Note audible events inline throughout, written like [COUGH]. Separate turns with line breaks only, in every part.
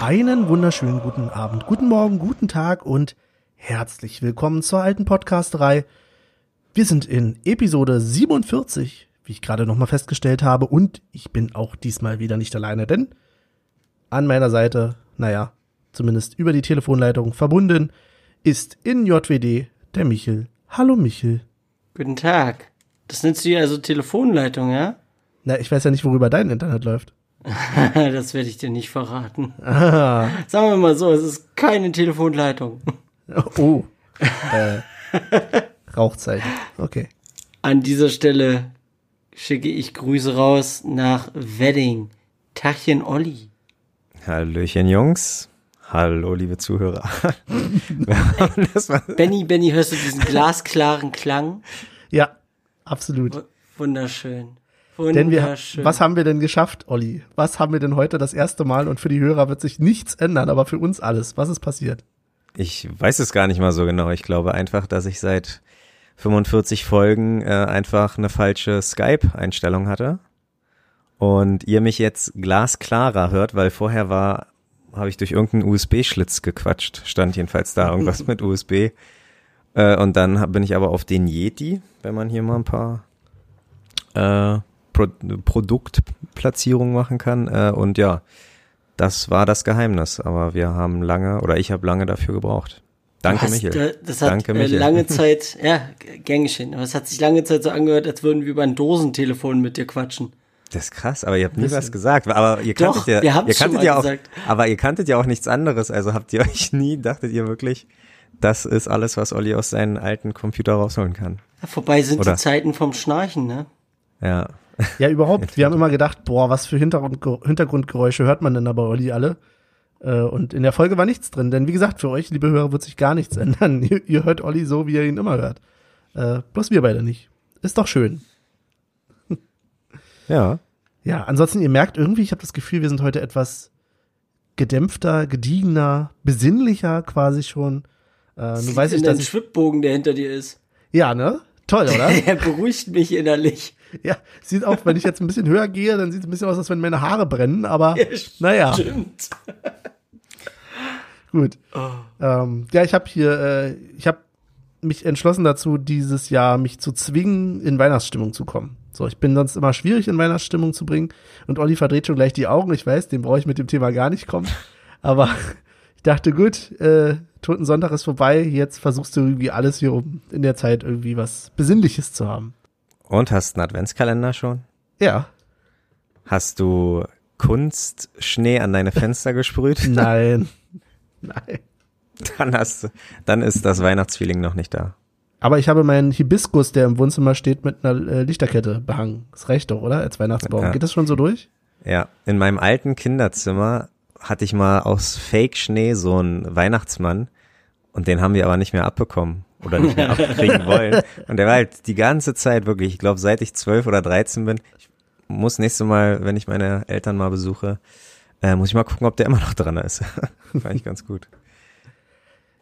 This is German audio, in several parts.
Einen wunderschönen guten Abend, guten Morgen, guten Tag und herzlich willkommen zur alten Podcasterei. Wir sind in Episode 47, wie ich gerade nochmal festgestellt habe, und ich bin auch diesmal wieder nicht alleine, denn an meiner Seite, naja, zumindest über die Telefonleitung verbunden, ist in JWD der Michel. Hallo Michel.
Guten Tag. Das nennst du ja also Telefonleitung, ja? [LAUGHS]
Na, ich weiß ja nicht, worüber dein Internet läuft. [LAUGHS]
das werde ich dir nicht verraten.
Ah.
Sagen wir mal so, es ist keine Telefonleitung.
Oh. äh, Rauchzeichen. Okay.
An dieser Stelle schicke ich Grüße raus nach Wedding. Tachchen Olli.
Hallöchen, Jungs. Hallo, liebe Zuhörer. [LAUGHS] Wir haben das mal-
Benny, Benny, hörst du diesen glasklaren Klang?
Ja, absolut.
W- Wunderschön.
Denn wir,
Wunderschön.
was haben wir denn geschafft, Olli? Was haben wir denn heute das erste Mal? Und für die Hörer wird sich nichts ändern, aber für uns alles. Was ist passiert?
ich weiß es gar nicht mal so genau. Ich glaube einfach, dass ich seit 45 Folgen äh, einfach eine falsche Skype-Einstellung hatte. Und ihr mich jetzt glasklarer hört, weil vorher war, habe ich durch irgendeinen USB-Schlitz gequatscht. Stand jedenfalls da irgendwas mit USB. Äh, und dann hab, bin ich aber auf den Yeti, wenn man hier mal ein paar äh, Pro Produktplatzierungen machen kann. Äh, und ja, das war das Geheimnis, aber wir haben lange oder ich habe lange dafür gebraucht. Danke,
Was,
Michael.
da- Das hat
Danke,
äh,
Michael. [LAUGHS]
lange Zeit, ja, g- gern geschehen. Aber es hat sich lange Zeit so angehört, als würden wir über ein Dosentelefon mit dir quatschen.
Das ist krass, aber ihr habt nie was gesagt. Aber ihr
Doch,
kanntet ja,
wir
ihr
haben's schon
kanntet
mal
ja auch,
gesagt.
aber ihr kanntet ja auch nichts anderes. Also habt ihr [LAUGHS] euch nie, dachtet ihr wirklich, das ist alles, was Olli aus seinen alten Computer rausholen kann.
Ja, vorbei sind
Oder?
die Zeiten vom Schnarchen, ne?
Ja.
Ja, überhaupt. Wir haben immer gedacht, boah, was für Hintergrund, Hintergrundgeräusche hört man denn da bei Olli alle? Äh, Und in der Folge war nichts drin, denn wie gesagt, für euch, liebe Hörer, wird sich gar nichts ändern. [LAUGHS] Ihr, ihr hört Olli so, wie ihr ihn immer hört. Äh, bloß wir beide nicht. Ist doch schön.
Ja.
Ja, ansonsten, ihr merkt irgendwie, ich habe das Gefühl, wir sind heute etwas gedämpfter, gediegener, besinnlicher quasi schon. Äh, nun weiß ich,
den
dass ich,
Schwibbogen, der hinter dir ist.
ja, ne? Toll,
[LAUGHS]
oder?
Der beruhigt mich innerlich.
ja, sieht auch, wenn ich jetzt ein bisschen höher gehe, dann sieht es ein bisschen aus, als wenn meine Haare brennen, aber naja,
Stimmt.
gut.
Oh.
Ähm, ja, ich habe hier, äh, ich habe mich entschlossen dazu, dieses Jahr mich zu zwingen, in Weihnachtsstimmung zu kommen. So, ich bin sonst immer schwierig, in Weihnachtsstimmung zu bringen. Und Olli verdreht schon gleich die Augen. Ich weiß, dem brauche ich mit dem Thema gar nicht kommen. Aber [LAUGHS] ich dachte, gut, äh, Toten Sonntag ist vorbei. Jetzt versuchst du irgendwie alles hier oben in der Zeit irgendwie was Besinnliches zu haben.
Und hast einen Adventskalender schon?
Ja.
Hast du Kunstschnee an deine Fenster
[LAUGHS]
gesprüht? [LAUGHS]
Nein. Nein.
Dann hast du, dann ist das Weihnachtsfeeling noch nicht da.
Aber ich habe meinen Hibiskus, der im Wohnzimmer steht, mit einer äh, Lichterkette behangen. Das reicht doch, oder? Als Weihnachtsbaum.
Ja.
Geht das schon so durch?
Ja, in meinem alten Kinderzimmer hatte ich mal aus Fake-Schnee so einen Weihnachtsmann und den haben wir aber nicht mehr abbekommen oder nicht mehr abkriegen wollen. Und der war halt die ganze Zeit wirklich, ich glaube, seit ich zwölf oder dreizehn bin, ich muss nächstes Mal, wenn ich meine Eltern mal besuche, äh, muss ich mal gucken, ob der immer noch dran ist. [LAUGHS] Fand ich ganz gut.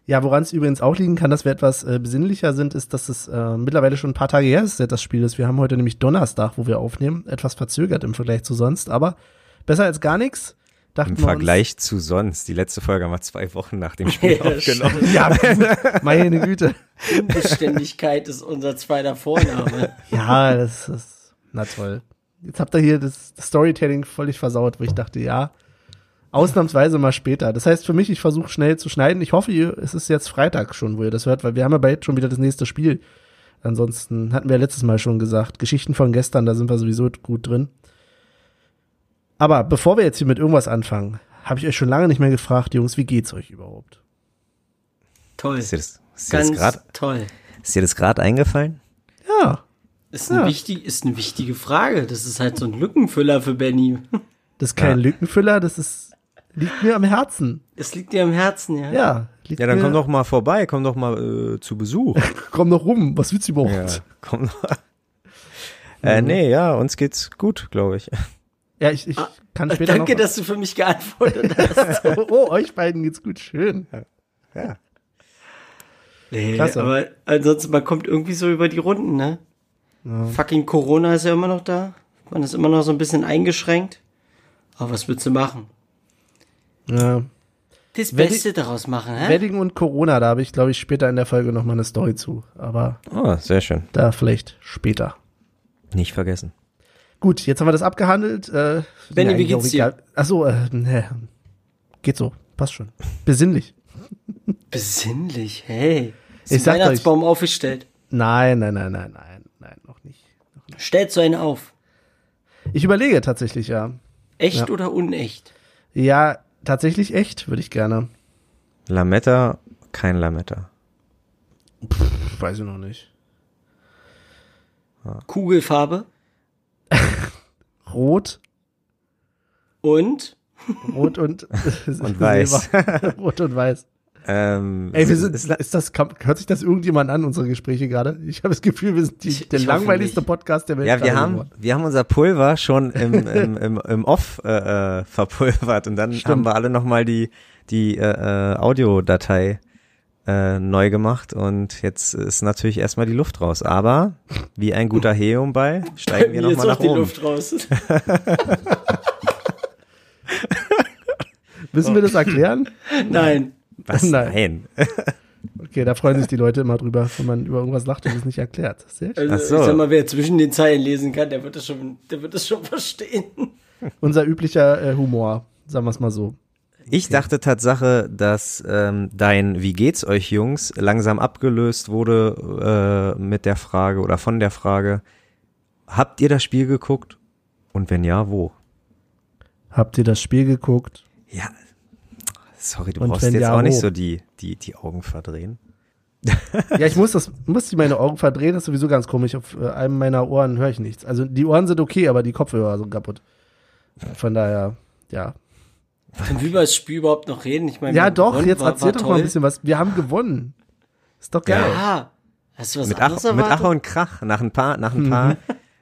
Ja, woran es übrigens auch liegen kann, dass wir etwas äh, besinnlicher sind, ist, dass es äh, mittlerweile schon ein paar Tage her ist, seit das Spiel ist. Wir haben heute nämlich Donnerstag, wo wir aufnehmen. Etwas verzögert im Vergleich zu sonst, aber besser als gar nichts. Dachten
Im
wir uns-
Vergleich zu sonst, die letzte Folge haben wir zwei Wochen nach dem Spiel
[LAUGHS] Ja,
aufgenommen.
Ja, [LAUGHS] gut, meine Güte.
Unbeständigkeit ist unser zweiter Vorname.
Ja, das ist, na toll. Jetzt habt ihr hier das Storytelling völlig versaut, wo ich dachte, ja, ausnahmsweise mal später. Das heißt für mich, ich versuche schnell zu schneiden. Ich hoffe, ihr, es ist jetzt Freitag schon, wo ihr das hört, weil wir haben ja bald schon wieder das nächste Spiel. Ansonsten hatten wir letztes Mal schon gesagt, Geschichten von gestern, da sind wir sowieso gut drin. Aber bevor wir jetzt hier mit irgendwas anfangen, habe ich euch schon lange nicht mehr gefragt, Jungs, wie geht's euch überhaupt?
Toll.
Ist dir das, ist dir das
Ganz
gerade
toll.
ist dir das grad eingefallen?
Ja,
Ist, eine
Ja.
wichtig, ist eine wichtige Frage. Das ist halt so ein Lückenfüller für Benny.
das ist kein Lückenfüller, das ist, liegt mir am Herzen.
Es liegt dir am Herzen, ja? [LAUGHS]
Ja, liegt
Ja, dann
mir,
komm doch mal vorbei, komm doch mal äh, zu Besuch.
komm noch rum, was willst du überhaupt?
Ja, komm. [LAUGHS] äh, nee, ja, uns geht's gut, glaube ich.
Ja, ich, ich
[LAUGHS]
kann später
Ah, Danke,
noch.
dass du für mich geantwortet hast.
oh, oh, euch beiden geht's gut, schön.
Ja.
Nee,
Klasse.
aber ansonsten, man kommt irgendwie so über die Runden, ne? Fucking Corona ist ja immer noch da. Man ist immer noch so ein bisschen eingeschränkt. Aber was willst du machen?
Ja.
Das
Weddi-
Beste daraus machen, hä?
Äh? Wedding und Corona, da habe ich, glaube ich, später in der Folge nochmal eine Story zu. Aber
Oh, sehr schön.
da vielleicht später.
Nicht vergessen.
Gut, jetzt haben wir das abgehandelt. Äh,
Benny,
ja,
wie geht's dir?
Achso, äh, ne, geht so, passt schon. Besinnlich.
Besinnlich, hey. Ist
Ich
ein
sag doch,
Weihnachtsbaum aufgestellt.
Nein, nein, nein, nein, nein, nein, noch nicht.
Stellt so einen auf.
Ich überlege tatsächlich, ja.
Echt
Ja.
oder unecht?
Ja, tatsächlich echt, würde ich gerne.
Lametta, kein Lametta.
Pff, Weiß ich noch nicht.
Kugelfarbe
Rot,
und
rot und,
[LAUGHS] Und
[LAUGHS]
weiß.
Silber. rot und weiß.
Ähm,
Ey, wir
es-
sind,
es-
ist, das, hört sich das irgendjemand an, unsere Gespräche gerade? Ich habe das Gefühl, wir sind die,
Ich-
der
ich hoffe
langweiligste
nicht.
Podcast der Welt.
ja, wir
gerade
haben,
geworden.
wir haben unser Pulver
[LAUGHS]
schon im, im, im, im Off äh, äh, verpulvert und dann haben wir alle nochmal die, die äh, äh, Audiodatei äh, neu gemacht und jetzt ist natürlich erstmal die Luft raus. Aber wie
[LAUGHS]
ein guter Heliumball steigen
[LAUGHS]
wir
Mir ist
nochmal
auch
nach
die
oben.
Luft raus.
Müssen
Oh.
wir das
[LAUGHS]
erklären?
Nein.
Was?
Nein.
Nein.
Okay, da freuen sich die Leute immer drüber, wenn man über irgendwas lacht und es nicht erklärt. Sehr schön.
Also,
Ach so.
Ich sag mal, wer zwischen den Zeilen lesen kann, der wird das schon, der wird das schon [LAUGHS] verstehen.
Unser üblicher äh, Humor, sagen wir es mal so.
Ich dachte Tatsache, dass ähm, dein Wie geht's euch Jungs langsam abgelöst wurde äh, mit der Frage oder von der Frage, habt ihr das Spiel geguckt? Und wenn ja, wo?
Habt ihr das Spiel geguckt?
Ja, sorry, du
Und
brauchst
wenn
jetzt
ja,
auch
wo?
nicht so die, die, die Augen verdrehen.
Ja, ich muss das, muss ich meine Augen verdrehen, das ist sowieso ganz komisch. Auf äh, einem meiner Ohren höre ich nichts. Also die Ohren sind okay, aber die Kopfhörer sind kaputt. Von daher, ja.
Können wir über das Spiel überhaupt noch reden? Ich meine,
Ja,
wir haben
doch,
Ähm, gewonnen,
jetzt
war- war
erzähl doch mal
toll.
ein bisschen was. Wir haben gewonnen. Ist doch geil.
Ja. Hast du was
Mit Ach,
anderes
mit
erwartet?
Ach und Krach, nach ein paar, nach
Mhm.
ein paar,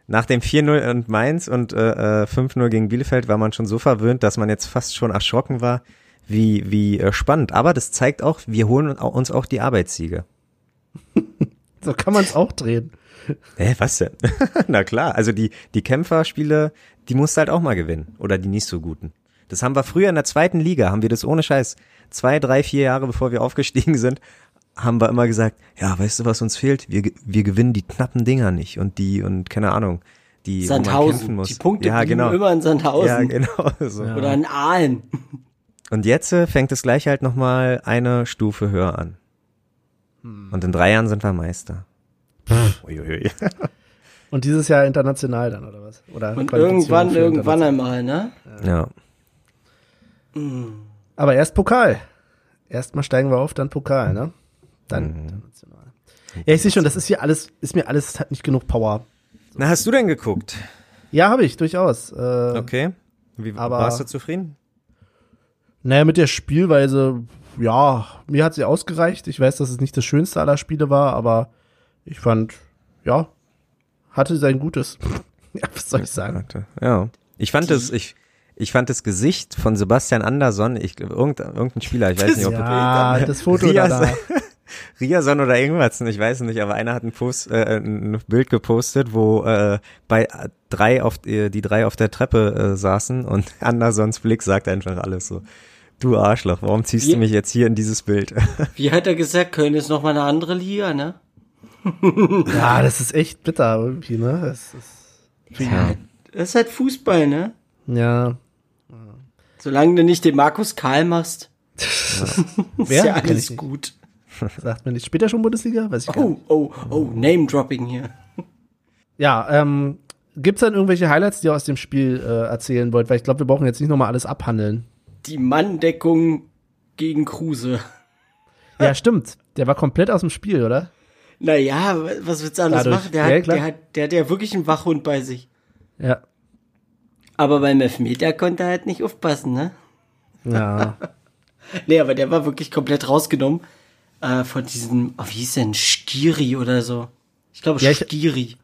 nach dem 4-0 und Mainz und äh, äh, 5-0 gegen Bielefeld war man schon so verwöhnt, dass man jetzt fast schon erschrocken war, wie, wie äh, spannend. Aber das zeigt auch, wir holen au- uns auch die Arbeitssiege.
So kann man es auch drehen.
Hä, was denn? [LAUGHS] Na klar, also die, die Kämpferspiele, die musst du halt auch mal gewinnen. Oder die nicht so guten. Das haben wir früher in der zweiten Liga, haben wir das ohne Scheiß. Zwei, drei, vier Jahre bevor wir aufgestiegen sind, haben wir immer gesagt, ja, weißt du, was uns fehlt? Wir, ge- wir gewinnen die knappen Dinger nicht und die und keine Ahnung, die wo man kämpfen
Sandhausen.
muss.
Die Punkte
ja,
blieben
genau.
immer in
ja,
Sandhausen.
genau. [LAUGHS] So.
Oder in Aalen.
Und jetzt äh, fängt es gleich halt nochmal eine Stufe höher an.
Hm.
Und in drei Jahren sind wir Meister. Uiuiui. [LAUGHS]
Und dieses Jahr international dann, oder was? Oder
Und
Qualifikation
irgendwann,
für
irgendwann
international.
einmal, ne?
Ja.
Aber erst Pokal. Erstmal steigen wir auf, dann Pokal, ne? Dann international. Ja, ich sehe schon, das ist hier alles, ist mir alles, hat nicht genug Power.
Na, hast du denn geguckt?
Ja, habe ich, durchaus. Äh,
Okay. Wie,
Aber-
warst du zufrieden?
Naja, mit der Spielweise, ja, mir hat sie ausgereicht. Ich weiß, dass es nicht das schönste aller Spiele war, aber ich fand, ja, hatte sein Gutes. [LAUGHS] ja, was soll ich sagen?
Ja. Ich fand es, ich, ich fand das Gesicht von Sebastian Andersson, ich, irgend, irgendein Spieler, ich weiß nicht, ob
Ja, das Foto
Rias-
da.
Riason oder irgendwas, ich weiß nicht, aber einer hat ein, Post, äh, ein Bild gepostet, wo äh, bei äh, drei auf äh, die drei auf der Treppe äh, saßen und [LAUGHS] Andersons Blick sagt einfach alles so. Du Arschloch, warum ziehst
Ja.
du mich jetzt hier in dieses Bild? [LAUGHS]
Wie hat er gesagt, Köln ist nochmal eine andere Liga, ne?
Ja, das ist echt bitter irgendwie, ne? Das ist,
Ja.
Das ist halt Fußball, ne?
ja.
Solange du nicht den Markus
[LAUGHS]
Karl machst, ist
Wer?
ja
Kenn ich
alles
nicht.
gut.
Sagt man nicht. Spielt er schon Bundesliga? Weiß ich gar nicht.
Oh, oh, oh, Name-Dropping hier.
Ja, ähm, gibt's dann irgendwelche Highlights, die ihr aus dem Spiel äh, erzählen wollt? Weil ich glaube, wir brauchen jetzt nicht nochmal alles abhandeln.
Die Manndeckung gegen Kruse.
Ja, stimmt. Der war komplett aus dem Spiel, oder?
Naja, was willst du anders
Dadurch.
machen? Der,
Ja,
hat,
klar.
der, hat, der hat ja wirklich einen Wachhund bei sich.
Ja.
Aber beim Elfmeter konnte er halt nicht aufpassen, ne?
Ja.
Nee, aber der war wirklich komplett rausgenommen äh, von diesem, oh, wie hieß denn, Stiri oder so. Ich glaube,
Ja, ich-
Stiri.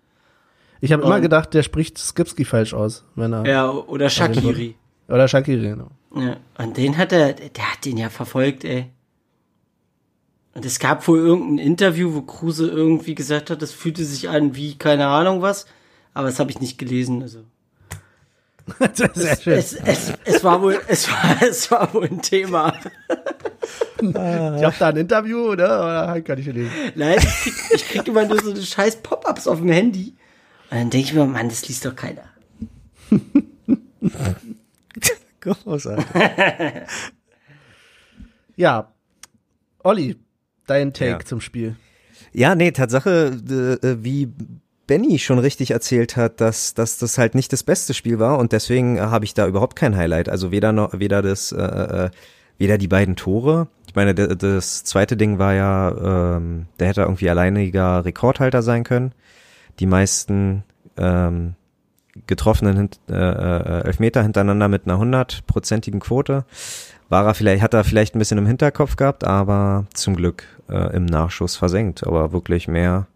Ich habe immer
Und-
gedacht, der spricht Skipski falsch aus, wenn er.
Ja, oder Shakiri.
Oder Shakiri, genau.
Ja, und den hat er, der hat den ja verfolgt, ey. Und es gab wohl irgendein Interview, wo Kruse irgendwie gesagt hat, das fühlte sich an wie keine Ahnung was, aber das habe ich nicht gelesen. Also
Sehr schön.
[LAUGHS] es, es, es war wohl, es war, es war wohl ein Thema.
Ich hab da ein Interview, ne? Oder halt kann ich lesen.
Nein, ich krieg, ich krieg immer nur so eine scheiß Pop-ups auf dem Handy. Und dann denke ich mir, Mann, das liest doch keiner.
Großartig.
Ja. Olli, dein Take
Ja.
zum Spiel.
Ja, nee, Tatsache, äh, äh, wie Benny schon richtig erzählt hat, dass, dass das halt nicht das beste Spiel war und deswegen äh, habe ich da überhaupt kein Highlight. Also weder noch, weder das, äh, äh, weder die beiden Tore. Ich meine, d- das zweite Ding war ja, ähm, der hätte irgendwie alleiniger Rekordhalter sein können. Die meisten ähm, getroffenen hint, äh, äh, Elfmeter hintereinander mit einer hundertprozentigen Quote. War er vielleicht, hat er vielleicht ein bisschen im Hinterkopf gehabt, aber zum Glück äh, im Nachschuss versenkt. Aber wirklich mehr.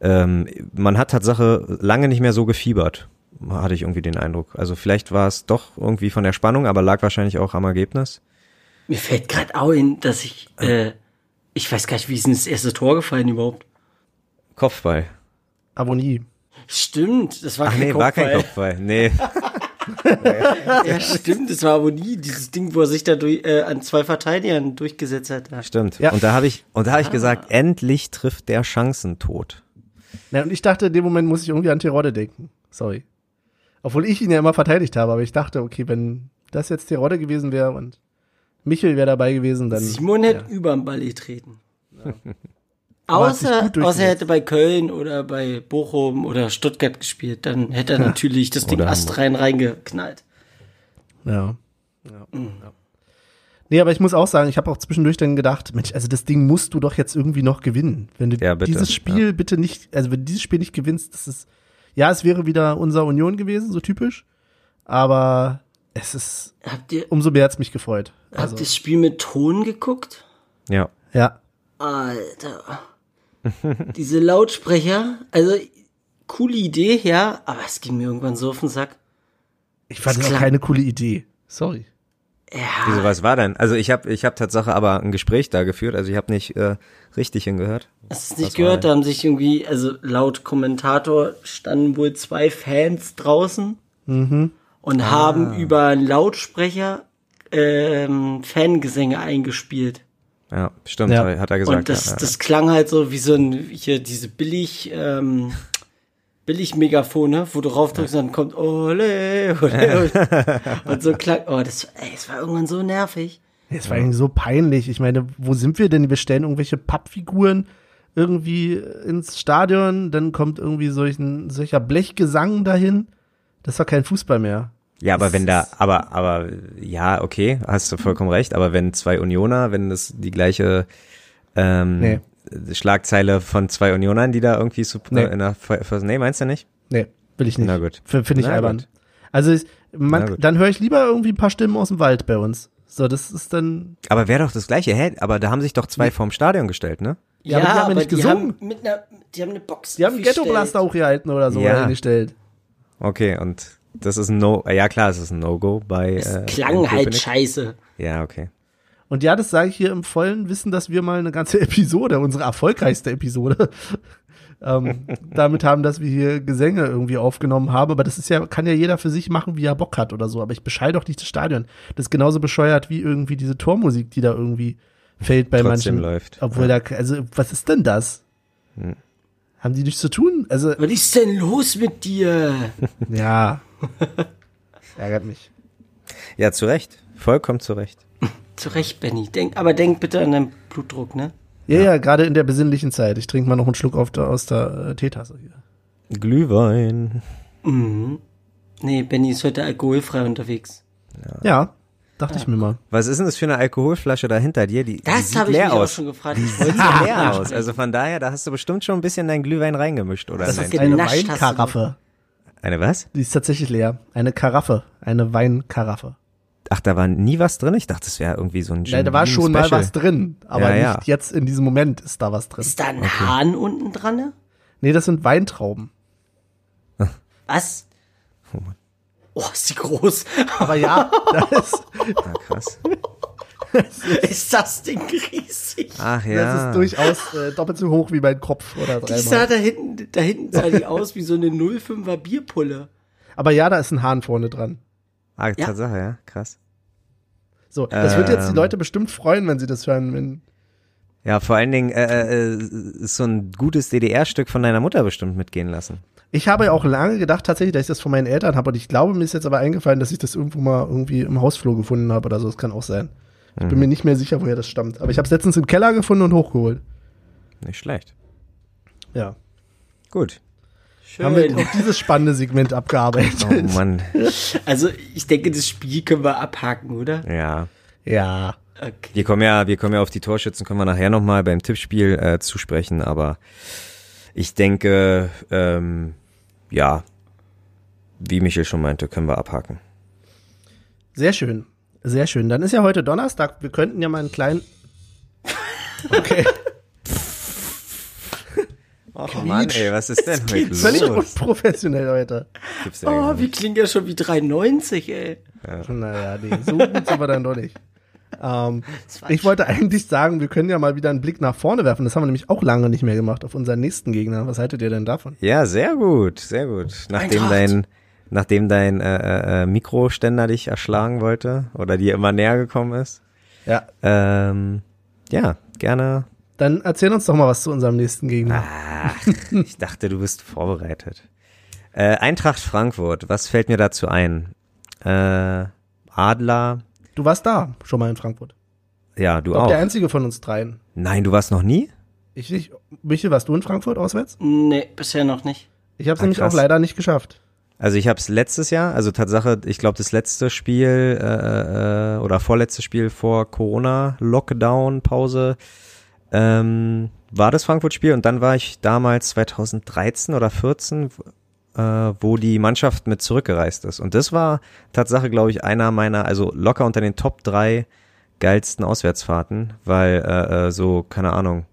Ähm, man hat Tatsache lange nicht mehr so gefiebert, hatte ich irgendwie den Eindruck. Also vielleicht war es doch irgendwie von der Spannung, aber lag wahrscheinlich auch am Ergebnis.
Mir fällt gerade auch hin, dass ich, äh, ich weiß gar nicht, wie ist denn das erste Tor gefallen überhaupt?
Kopfball.
Abonie.
Stimmt, das war
Ach
kein
nee, war kein
Kopfball.
Kopfball. Nee.
Ja, stimmt, das war aber nie dieses Ding, wo er sich da durch, äh, an zwei Verteidigern durchgesetzt hat. Ja,
Stimmt.
Ja.
Und da habe ich, und da habe ich gesagt, endlich trifft der Chancentod.
Na, und ich dachte, in dem Moment muss ich irgendwie an Terodde denken. Sorry. Obwohl ich ihn ja immer verteidigt habe, aber ich dachte, okay, wenn das jetzt Terodde gewesen wäre und Michel wäre dabei gewesen, dann.
Simon hätte überm Ball getreten.
Aber hat sich
Außer,
gut
außer er
durchgesetzt.
hätte bei Köln oder bei Bochum oder Stuttgart gespielt, dann hätte er natürlich das Ding
Oder
Ast rein reingeknallt.
Ja. ja. ja. Nee, aber ich muss auch sagen, ich habe auch zwischendurch dann gedacht, Mensch, also das Ding musst du doch jetzt irgendwie noch gewinnen. Wenn du
Ja, bitte,
dieses Spiel bitte nicht, also wenn du dieses Spiel nicht gewinnst, das ist, ja, es wäre wieder unser Union gewesen, so typisch, aber es ist,
Habt ihr,
umso mehr hat's mich gefreut.
habt ihr
Oh. Also,
das Spiel mit Ton geguckt?
Ja.
ja. [LAUGHS]
Alter. Diese Lautsprecher, also coole Idee, ja, aber es ging mir irgendwann so auf den Sack.
Ich fand
Das
es auch
klang-
keine coole Idee. Sorry.
Ja,
Wieso, was war denn? Also ich habe ich hab Tatsache aber ein Gespräch da geführt, also ich habe nicht äh, richtig hingehört.
hast du es
was
nicht
war
gehört?
denn?
Da haben sich irgendwie, also laut Kommentator standen wohl zwei Fans draußen
Mhm.
und
Ah.
haben über einen Lautsprecher ähm, Fangesänge eingespielt.
Ja, stimmt,
Ja.
hat er gesagt.
Und das,
ja, ja.
das klang halt so wie so ein, hier diese billig, ähm, billig Megafone, wo du raufdrückst und dann
[LAUGHS]
kommt Ole, Ole. und- und so klang, oh, das, ey, das war irgendwann so nervig.
Es war eigentlich so peinlich. Ich meine, wo sind wir denn? Wir stellen irgendwelche Pappfiguren irgendwie ins Stadion, dann kommt irgendwie solchen, solcher Blechgesang dahin. Das war kein Fußball mehr.
Ja, aber
Es
wenn da,
ist-
aber, aber, ja, okay, hast du vollkommen recht, aber wenn zwei Unioner, wenn das die gleiche ähm,
Nee.
Schlagzeile von zwei Unionern, die da irgendwie sup-
Nee.
in der, Ver- Ver- nee, meinst du nicht?
Nee, will ich nicht.
Na gut.
F- Finde ich
Na
albern.
gut.
Also ich,
Na
man,
gut.
dann höre ich lieber irgendwie ein paar Stimmen aus dem Wald bei uns. So, das ist dann.
Aber wäre doch das gleiche, hä? Aber da haben sich doch zwei vorm Stadion gestellt, ne?
Ja, aber die haben ja nicht
die
gesungen.
haben mit einer, die haben eine Box.
Die haben einen Ghetto Blaster hochgehalten oder so
Ja.
eingestellt.
Okay, und das ist ein No, äh, ja klar, es ist ein No-Go bei.
Es
äh,
klang halt
Köpenick.
scheiße.
Ja, okay.
Und ja, das sage ich hier im vollen Wissen, dass wir mal eine ganze [LAUGHS] Episode, unsere erfolgreichste Episode, [LAUGHS] ähm, damit haben, dass wir hier Gesänge irgendwie aufgenommen haben. Aber das ist ja, kann ja jeder für sich machen, wie er Bock hat oder so. Aber ich beschall doch nicht das Stadion. Das ist genauso bescheuert wie irgendwie diese Tormusik, die da irgendwie fällt bei
Trotzdem
manchen.
läuft. Hm.
Obwohl da, also, was ist denn das? Haben die nichts zu tun?
[LAUGHS]
Also,
Was ist denn los mit dir?
ja. Ärgert mich.
Ja, zu Recht. Vollkommen zu Recht.
Zu Recht, Benny. Denk, aber denk bitte an deinen Blutdruck, ne?
Ja, ja, gerade in der besinnlichen Zeit. Ich trinke mal noch einen Schluck auf der, aus der äh, Teetasse hier.
Glühwein.
Nee, Benny ist heute alkoholfrei unterwegs.
Ja, dachte ich mir mal.
Was ist denn das für eine Alkoholflasche da hinter dir? Die, die
Das
sieht
habe ich mich
leer
auch
aus.
schon gefragt.
[LAUGHS]
Ich wollte
Sieht
es
leer aus.
ansprechen.
Also von daher, da hast du bestimmt schon ein bisschen dein Glühwein reingemischt, oder?
Das
Nein.
ist-
Eine
Genascht hast du
Weinkaraffe.
eine was?
Die ist tatsächlich leer. Eine Karaffe. Eine Weinkaraffe.
Ach, da war nie was drin? Ich dachte, das wäre irgendwie so ein Gin
Ja, da war schon mal
Special.
was drin, aber
Ja, ja.
nicht jetzt in diesem Moment ist da was drin.
Ist da ein Hahn unten dran? ne?
Nee, das sind Weintrauben.
Was? Oh, ist die groß. [LAUGHS]
Aber ja, das ist,
Ah, krass.
ist das Ding riesig?
Ach
[LAUGHS]
ja.
das ist durchaus äh, doppelt so hoch wie mein Kopf oder
Die sah
dreimal.
da hinten, da hinten sah die aus wie so eine 05er Bierpulle.
Aber ja, da ist ein Hahn vorne dran.
Ah,
Ja.
Tatsache, ja. Krass.
So, das wird
Ähm.
jetzt die Leute bestimmt freuen, wenn sie das hören. Wenn,
Ja, vor allen Dingen äh, äh, ist so ein gutes DDR-Stück von deiner Mutter bestimmt mitgehen lassen.
ich habe ja auch lange gedacht, tatsächlich, dass ich das von meinen Eltern habe. Und ich glaube, mir ist jetzt aber eingefallen, dass ich das irgendwo mal irgendwie im Hausflur gefunden habe oder so. Das kann auch sein. Ich
Mhm.
bin mir nicht mehr sicher, woher das stammt. Aber ich habe es letztens im Keller gefunden und hochgeholt.
Nicht schlecht.
Ja.
Gut.
Schön.
Haben wir auch dieses spannende Segment abgearbeitet.
Oh
[LAUGHS]
Mann.
Also ich denke, das Spiel können wir abhaken, oder?
Ja.
Ja.
Okay.
Wir kommen ja, wir kommen ja auf die Torschützen, können wir nachher nochmal beim Tippspiel äh, zusprechen, aber ich denke, ähm, ja, wie Michel schon meinte, können wir abhaken.
Sehr schön. Sehr schön. Dann ist ja heute Donnerstag. Wir könnten ja mal einen kleinen. Okay.
Oh Mann, ey, was ist denn
[LAUGHS]
heute
Völlig unprofessionell heute.
Oh, wir klingen ja schon wie 93, ey.
Naja, nee, so gut sind wir dann doch nicht. Ähm, ich wollte eigentlich sagen, wir können ja mal wieder einen Blick nach vorne werfen. Das haben wir nämlich auch lange nicht mehr gemacht auf unseren nächsten Gegner. Was haltet ihr denn davon?
Oh. Ja, sehr gut, sehr gut. Nachdem
Eintracht.
dein, nachdem dein äh, äh, äh, Mikroständer dich erschlagen wollte oder dir immer näher gekommen ist.
Ja.
Ähm, ja, gerne.
Dann erzähl uns doch mal was zu unserem nächsten Gegner.
Ah. Ach, ich dachte, du bist vorbereitet. Äh, Eintracht Frankfurt, was fällt mir dazu ein? Äh, Adler,
Du warst da schon mal in Frankfurt.
ja, du
Doch
auch.
der einzige von uns dreien.
Nein, du warst noch nie?
Ich, ich, Michel, warst du in Frankfurt auswärts?
Nee, bisher noch nicht.
Ich habe es
Ah,
nämlich
krass.
auch leider nicht geschafft.
Also ich habe es letztes Jahr, also Tatsache, ich glaube das letzte Spiel äh, äh, oder vorletzte Spiel vor Corona-Lockdown-Pause ähm, war das Frankfurt-Spiel und dann war ich damals 2013 oder 14, äh, wo die Mannschaft mit zurückgereist ist. Und das war Tatsache, glaube ich, einer meiner, also locker unter den Top drei geilsten Auswärtsfahrten, weil äh, äh, so, keine Ahnung,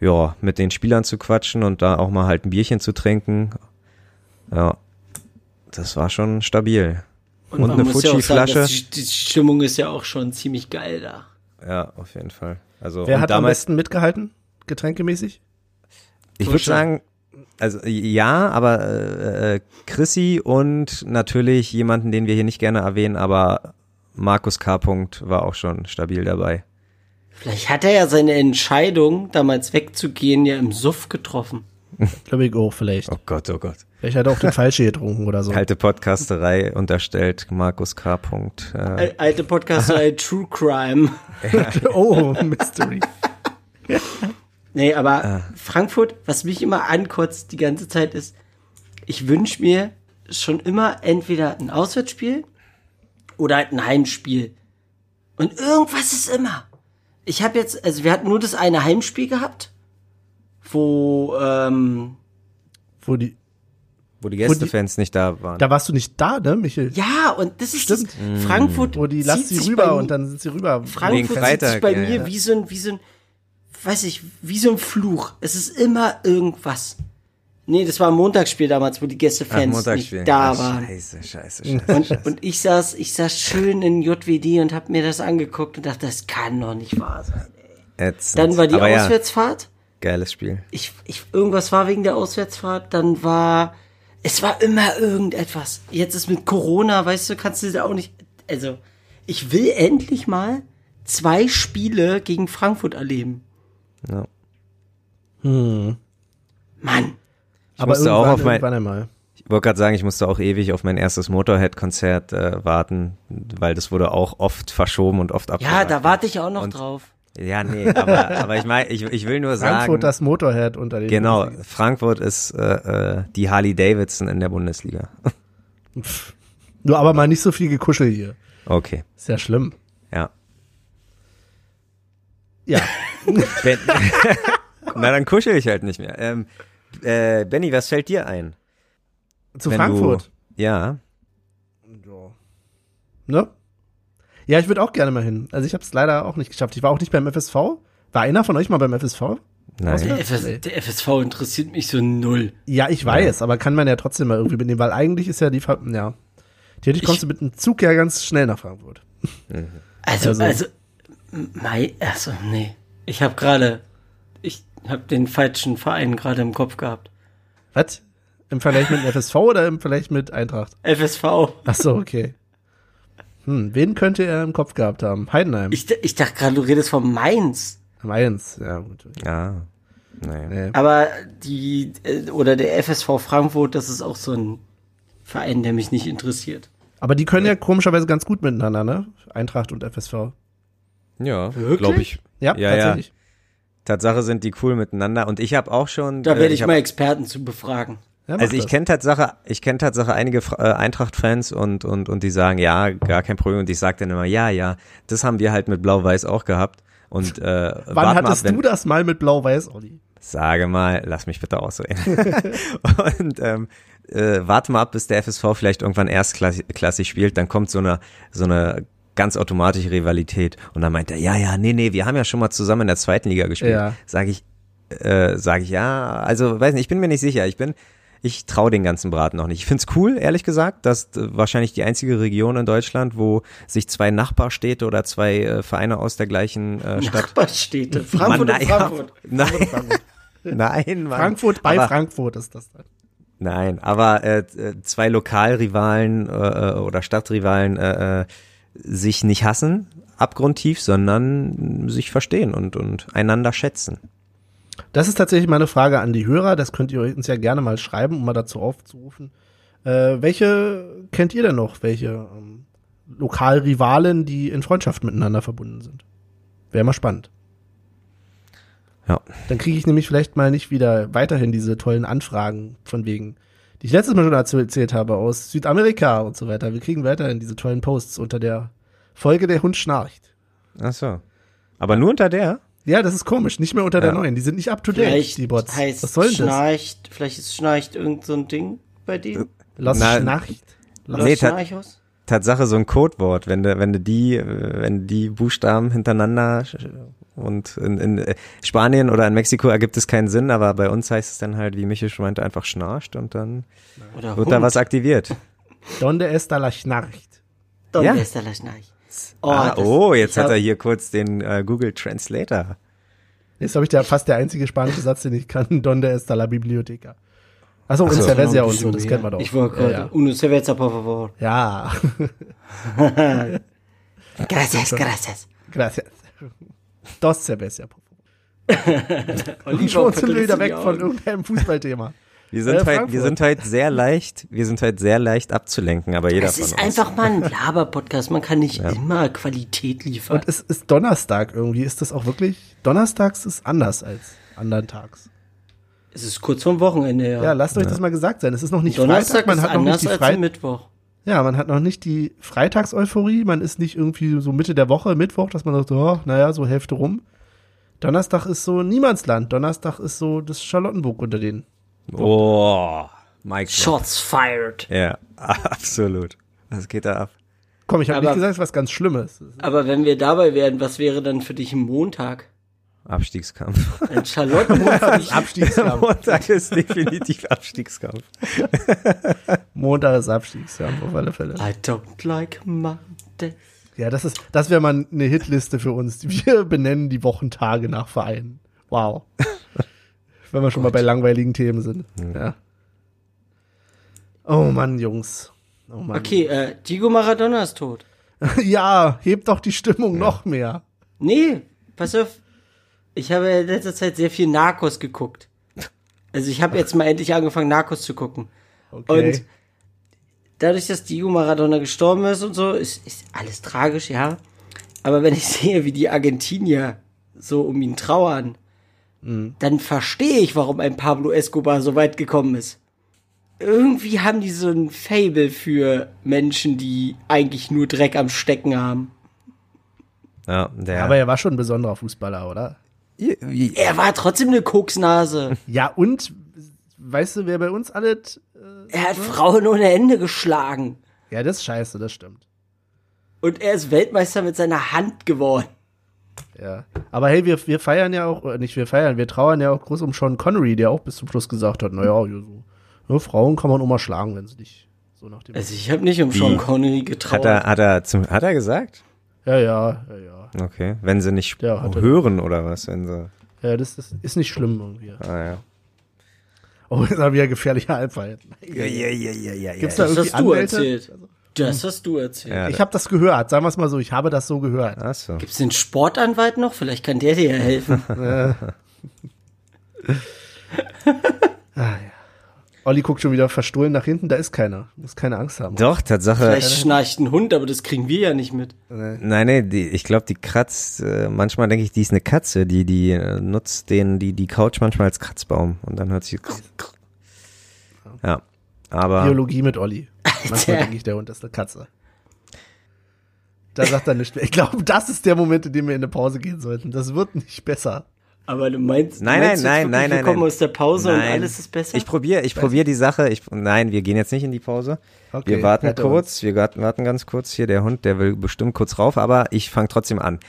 ja, mit den Spielern zu quatschen und da auch mal halt ein Bierchen zu trinken. Ja, das war schon stabil. Und eine Fuji-Flasche.
dass die, die Stimmung ist ja auch schon ziemlich geil da.
Ja, auf jeden Fall. Also
Wer
und
hat am
damals,
besten mitgehalten? Getränkemäßig?
ich würde sagen, also ja, aber äh, äh, Chrissy und natürlich jemanden, den wir hier nicht gerne erwähnen, aber Markus K. Punkt war auch schon stabil dabei.
Vielleicht hat er ja seine Entscheidung, damals wegzugehen, ja im Suff getroffen.
Glaube ich auch vielleicht.
Oh Gott, oh Gott.
Vielleicht hat er auch den Falsche getrunken oder so.
Kalte Podcasterei [LAUGHS] unterstellt Markus K. Punkt. Äh,
Al- Alte
[LAUGHS]
Podcaster, äh, True Crime.
[LAUGHS] Oh, Mystery.
Nee, aber
Ah.
Frankfurt, was mich immer ankotzt die ganze Zeit ist, ich wünsche mir schon immer entweder ein Auswärtsspiel oder halt ein Heimspiel. Und irgendwas ist immer. Ich habe jetzt, also wir hatten nur das eine Heimspiel gehabt, wo, ähm,
Wo die,
wo
wo die-
die Gästefans nicht da waren.
da warst du nicht da, ne, Michel?
ja, und das ist das, Frankfurt.
Wo die lasst
zieht
sie
sich bei
rüber
mir-
und dann sind sie rüber.
Wegen
Frankfurt sitzt
Freitag,
bei
ja,
mir
ja.
wie so ein, wie so ein, weiß ich, wie so ein Fluch. Es ist immer irgendwas. Nee, das war ein Montagsspiel damals, wo die Gästefans nicht
Montagsspiel.
da
Ah,
waren.
Scheiße, scheiße, scheiße.
Und, und ich saß, ich saß schön in JWD und hab mir das angeguckt und dachte, das kann doch nicht wahr sein.
Ätzend.
Dann war die
aber ja,
Auswärtsfahrt.
geiles Spiel.
Ich, ich, irgendwas war wegen der Auswärtsfahrt. Dann war, es war immer irgendetwas. Jetzt ist mit Corona, weißt du, kannst du da auch nicht, also, ich will endlich mal zwei Spiele gegen Frankfurt erleben.
Ja.
Mann.
Aber
musste auch
irgendwann,
auf mein-
irgendwann einmal.
Ich wollte gerade sagen, ich musste auch ewig auf mein erstes Motorhead-Konzert äh, warten, weil das wurde auch oft verschoben und oft
Ja,
abgesagt.
da warte ich auch noch
Und-
drauf.
Ja, nee, aber,
[LAUGHS]
aber ich meine, ich, ich will nur sagen,
Frankfurt das Motorhead unter den
genau,
Bundesliga.
Frankfurt ist äh, äh, die Harley Davidson in der Bundesliga.
Nur aber mal nicht so viel Gekuschel hier.
Okay,
Ist ja schlimm.
ja.
Ja.
[LAUGHS] Ben, na, dann kuschel ich halt nicht mehr. Ähm, äh, Benny, was fällt dir ein?
Zu
wenn
Frankfurt.
Du, ja,
Ne? Ja, ich würde auch gerne mal hin. Also ich habe es leider auch nicht geschafft. Ich war auch nicht beim FSV. War einer von euch mal beim FSV?
nein.
Der, FS, der FSV interessiert mich so null.
Ja, ich weiß, aber kann man ja trotzdem mal irgendwie mitnehmen, weil eigentlich ist ja die Ver ja. Theoretisch kommst du mit einem Zug ja ganz schnell nach Frankfurt.
Also,
Also-
also, Mai, also, nee. Ich habe gerade, ich habe den falschen Verein gerade im Kopf gehabt.
Was? Im Vergleich mit dem FSV oder im Vergleich mit Eintracht?
FSV.
Ach so, okay. Hm, wen könnte er im Kopf gehabt haben? Heidenheim.
Ich, d- ich dachte gerade, du redest von Mainz.
Mainz, ja gut.
Ja. Nee.
Nee.
Aber die, äh, oder der FSV Frankfurt, das ist auch so ein Verein, der mich nicht interessiert.
Aber die können ja komischerweise ganz gut miteinander, ne? Eintracht und FSV.
Ja,
Wirklich?
glaube ich.
Ja,
Ja,
tatsächlich.
Tatsache sind die cool miteinander und ich habe auch schon.
Da
äh,
werde ich,
hab-
mal Experten zu befragen.
Ja, mach
Also ich
das.
kenne Tatsache, ich kenne Tatsache einige Fra- äh, Eintracht-Fans und, und, und die sagen, ja, gar kein Problem. Und ich sage dann immer, ja, ja, das haben wir halt mit Blau-Weiß auch gehabt. Und äh,
Wann
wart mal ab,
hattest
wenn,
du das mal mit Blau-Weiß, Olli?
Sage mal, lass mich bitte ausreden. [LAUGHS] und ähm, äh, warte mal ab, bis der FSV vielleicht irgendwann erstklassig spielt, dann kommt so eine, so eine ganz automatische Rivalität. Und dann meint er, ja, ja, nee, nee, wir haben ja schon mal zusammen in der zweiten Liga gespielt.
Ja.
Sage ich, äh, sage ich, ja, also weiß nicht, ich bin mir nicht sicher. Ich bin, ich traue den ganzen Braten noch nicht. Ich find's cool, ehrlich gesagt, dass äh, wahrscheinlich die einzige Region in Deutschland, wo sich zwei Nachbarstädte oder zwei äh, Vereine aus der gleichen äh, Stadt
Nachbarstädte. Frankfurt
Mann,
und
naja.
Frankfurt.
[LAUGHS] Nein, nein Mann.
Frankfurt bei
aber,
Frankfurt ist das dann.
Nein, aber äh, äh, zwei Lokalrivalen äh, äh, oder Stadtrivalen äh, äh, sich nicht hassen, abgrundtief, sondern sich verstehen und, und einander schätzen.
Das ist tatsächlich meine Frage an die Hörer. Das könnt ihr uns ja gerne mal schreiben, um mal dazu aufzurufen. Äh, welche kennt ihr denn noch? Welche ähm, Lokalrivalen, die in Freundschaft miteinander verbunden sind? Wäre mal spannend.
Ja.
Dann kriege ich nämlich vielleicht mal nicht wieder weiterhin diese tollen Anfragen von wegen, die ich letztes Mal schon erzähl- erzählt habe, aus Südamerika und so weiter. Wir kriegen weiterhin diese tollen Posts unter der Folge der Hund schnarcht.
Ach so. Aber nur unter der?
Ja, das ist komisch. Nicht mehr unter der
Ja.
neuen. Die sind nicht up to date,
Vielleicht
die Bots.
heißt
Was soll denn das?
Schnarcht, vielleicht ist Schnarcht irgend so ein Ding bei denen.
Lass
Na,
Schnarcht. Lass
Oder
Nee, ta-
Schnarchos?
Tatsache so ein Codewort, wenn du, wenn du die, äh, wenn du die Buchstaben hintereinander sch- und in, in äh, Spanien oder in Mexiko ergibt es keinen Sinn, aber bei uns heißt es dann halt, wie Michel schon meinte, einfach schnarcht und dann
Oder
wird
Hund.
da was aktiviert.
Donde está la Schnarcht?
Dann
Ja.
ja. ist der Schnarch. Oh,
ah,
das-
oh, jetzt
ich hab-
hat er hier kurz den äh, Google Translator.
Jetzt habe ich da fast der einzige spanische Satz, den ich kann. [LAUGHS] Donde está la biblioteca? Achso, und
so.
Cerveza und so,
Bisschen
das
mehr.
kennen wir doch.
Genau, Ich wollte
ja,
gerade. um-
ja.
Uno cerveza, por favor.
ja, [LAUGHS]
Gracias, gracias.
gracias. Dos Cerveza.
Oliver,
Schon sind wir wieder
verdrehst du
weg
die
von
Augen?
irgendeinem Fußballthema. [LAUGHS]
Wir sind,
Äh,
heute, wir
Frankfurt.
sind heute sehr leicht, wir sind heute sehr leicht abzulenken, aber jeder
Es
von
ist
uns.
einfach mal ein Laber-Podcast. Man kann nicht immer Qualität liefern.
Und es ist Donnerstag irgendwie. Ist das auch wirklich? Donnerstags ist anders als anderen Tags.
es ist kurz vorm Wochenende, ja.
Ja, lasst euch das mal gesagt sein. Es ist noch nicht Freitag,
Donnerstag
man
ist
hat noch nicht
anders
die
als am
Freitag.
Mittwoch.
Ja, man hat noch nicht die Freitagseuphorie, man ist nicht irgendwie so Mitte der Woche, Mittwoch, dass man sagt, oh, naja, so Hälfte rum. Donnerstag ist so Niemandsland. Donnerstag ist so das Charlottenburg unter denen.
Oh, Mike.
Shots fired.
Ja, [LAUGHS] absolut. Was geht da ab?
Komm, ich habe
Aber-
nicht gesagt, es ist was ganz Schlimmes.
Aber wenn wir dabei wären, was wäre dann für dich ein Montag?
Abstiegskampf.
[LAUGHS]
Ein Charlottenburg für dich?
Abstiegskampf.
[LAUGHS] Montag ist definitiv Abstiegskampf.
Montag ist Abstiegskampf, auf alle Fälle.
I don't like Monday.
Ja, das ist, das wäre mal eine Hitliste für uns. Wir benennen die Wochentage nach Vereinen. Wow. [LAUGHS] Wenn wir schon mal bei langweiligen Themen sind. Ja. Oh Mann, Jungs. [LAUGHS] Oh Mann.
Okay, äh, Diego Maradona ist tot.
Ja, hebt doch die Stimmung noch mehr.
Nee, pass auf. Ich habe in letzter Zeit sehr viel Narcos geguckt. Also ich habe jetzt mal endlich angefangen, Narcos zu gucken.
Okay.
Und dadurch, dass Diego Maradona gestorben ist und so, ist, ist alles tragisch, ja. Aber wenn ich [LAUGHS] sehe, wie die Argentinier so um ihn trauern,
Mhm.
dann verstehe ich, warum ein Pablo Escobar so weit gekommen ist. Irgendwie haben die so ein Fable für Menschen, die eigentlich nur Dreck am Stecken haben.
Ja, der.
Aber er war schon ein besonderer Fußballer, oder?
Er war trotzdem eine
[LAUGHS]
Koksnase.
Ja, und weißt du, wer bei uns alle. t-
Er hat Frauen ohne Ende geschlagen.
Ja, das ist scheiße, das stimmt.
Und er ist Weltmeister mit seiner Hand geworden.
Ja. Aber hey, wir, wir feiern ja auch, äh, nicht wir feiern, wir trauern ja auch groß um Sean Connery, der auch bis zum Schluss gesagt hat, naja, so, ne, Frauen kann man auch mal schlagen, wenn sie dich so nach dem.
Also ich habe nicht um Sean Connery getraut.
hat er, hat er, zum, hat er gesagt?
Ja, ja, ja, ja.
Okay. Wenn sie nicht
Der hatte-
hören oder was, wenn sie.
Ja, das, das ist nicht schlimm irgendwie.
Ah, ja.
Oh, jetzt haben wir ja gefährliche Halbwahrheiten.
Ja, ja, ja, ja, ja.
Gibt's da
Das
irgendwie
hast du
Anwälte? Also, hm.
erzählt. Das hast du erzählt.
Ja,
Ich habe das gehört, sagen wir es mal so, ich habe das so gehört.
Ach so.
Gibt es den Sportanwalt noch? Vielleicht kann der dir ja helfen.
[LAUGHS]
Olli guckt schon wieder verstohlen nach hinten, da ist keiner. Muss keine Angst haben.
Doch, Tatsache.
Vielleicht schnarcht ein Hund, aber das kriegen wir ja nicht mit.
Nein, nee, die, ich glaube, die kratzt, äh, manchmal denke ich, die ist eine Katze, die, die äh, nutzt den, die, die Couch manchmal als Kratzbaum und dann hört sie. Ja. Aber
Biologie mit Olli. Manchmal denke ich, der Hund ist eine Katze. Da sagt er nicht mehr. Ich glaube, das ist der Moment, in dem wir in eine Pause gehen sollten. Das wird nicht besser.
Aber du meinst, meinst
Nein, nein,
du jetzt
nein,
wirklich,
nein,
Wir kommen
nein.
aus der Pause und
Nein.
alles ist besser.
ich probiere, ich probiere die Sache. Ich, nein, wir gehen jetzt nicht in die Pause.
Okay,
wir warten
rette
kurz, wir warten, warten ganz kurz. Hier, der Hund, der will bestimmt kurz rauf, aber ich fange trotzdem an.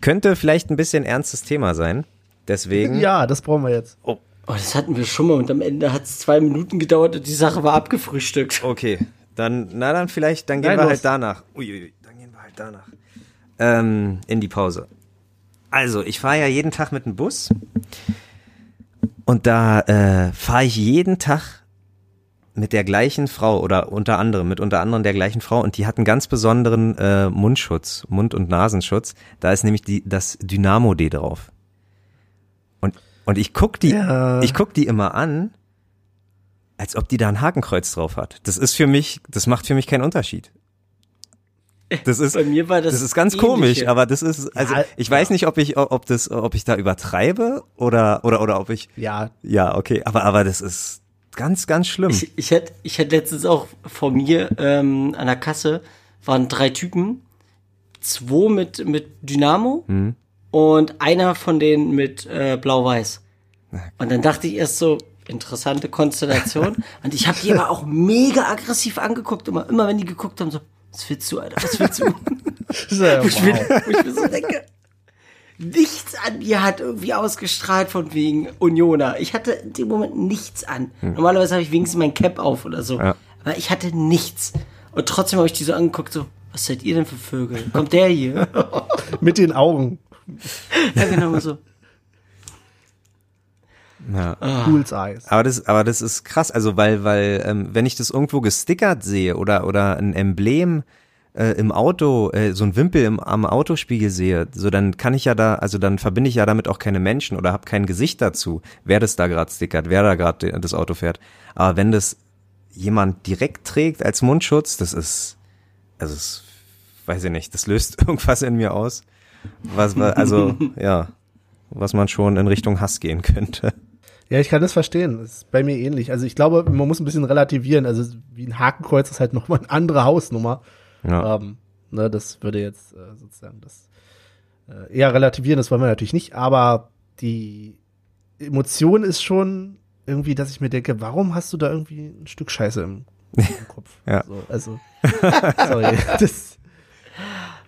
Könnte vielleicht ein bisschen ernstes Thema sein. Deswegen.
Ja, das brauchen wir jetzt.
oh, das hatten wir schon mal und am Ende hat es zwei Minuten gedauert und die Sache war abgefrühstückt. [LAUGHS]
Okay, dann, na dann vielleicht, dann gehen
Nein,
wir
los.
halt danach. Uiuiui, dann gehen wir halt danach. Ähm, in die Pause. Also, ich fahre ja jeden Tag mit dem Bus. Und da äh, fahre ich jeden Tag mit der gleichen Frau oder unter anderem, mit unter anderem der gleichen Frau und die hat einen ganz besonderen äh, Mundschutz, Mund- und Nasenschutz. Da ist nämlich die, das Dynamo-D drauf. Und, und ich guck die,
Ja.
ich guck die immer an, als ob die da ein Hakenkreuz drauf hat. Das ist für mich, das macht für mich keinen Unterschied. Das ist,
Bei mir war das
das ist ganz
Ähnliche.
komisch, aber das ist, also
Ja,
ich weiß nicht, ob ich, ob das, ob ich da übertreibe oder, oder, oder ob ich,
Ja,
ja, okay, aber, aber das ist ganz, ganz schlimm.
Ich, ich hatte ich hatte letztens auch vor mir ähm, an der Kasse waren drei Typen, zwei mit mit Dynamo und einer von denen mit äh, Blau-Weiß. Und dann dachte ich erst so interessante Konstellation und ich habe die aber auch mega aggressiv angeguckt immer immer wenn die geguckt haben so was willst du Alter was willst du
Das ist ja,
ich bin,
wow.
ich bin so denke, nichts an mir hat irgendwie ausgestrahlt von wegen Unioner. Ich hatte in dem Moment nichts an. Normalerweise habe ich wenigstens mein Cap auf oder so.
Hm. Ja.
Aber ich hatte nichts. Und trotzdem habe ich die so angeguckt, so, was seid ihr denn für Vögel? Kommt der hier?
mit den Augen.
ja, genau so.
Ja.
Cool's Eyes.
Aber das, aber das ist krass, also weil, weil, ähm, wenn ich das irgendwo gestickert sehe oder, oder ein Emblem äh, im Auto, äh, so ein Wimpel im, am Autospiegel sehe, so dann kann ich ja da, also dann verbinde ich ja damit auch keine Menschen oder habe kein Gesicht dazu, wer das da gerade stickert, wer da gerade de- das Auto fährt. Aber wenn das jemand direkt trägt als Mundschutz, das ist, also es, weiß ich nicht, das löst [LAUGHS] irgendwas in mir aus, was, wa- also, ja, was man schon in Richtung Hass gehen könnte.
Ja, ich kann das verstehen. Das ist bei mir ähnlich. Also ich glaube, man muss ein bisschen relativieren. Also wie ein Hakenkreuz ist halt nochmal eine andere Hausnummer.
Ja.
Ähm, ne, das würde jetzt äh, sozusagen das äh, eher relativieren, das wollen wir natürlich nicht, aber die Emotion ist schon irgendwie, dass ich mir denke, warum hast du da irgendwie ein Stück Scheiße
[LAUGHS]
im, im Kopf?
Ja.
So, also, [LAUGHS] sorry. Das,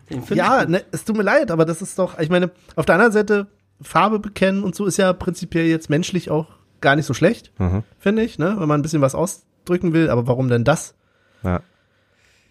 Den find
ja, ne, es tut mir leid, aber das ist doch, ich meine, auf der anderen Seite, Farbe bekennen und so ist ja prinzipiell jetzt menschlich auch gar nicht so schlecht,
Mhm.
finde ich, ne? Wenn man ein bisschen was ausdrücken will, aber warum denn das?
Ja.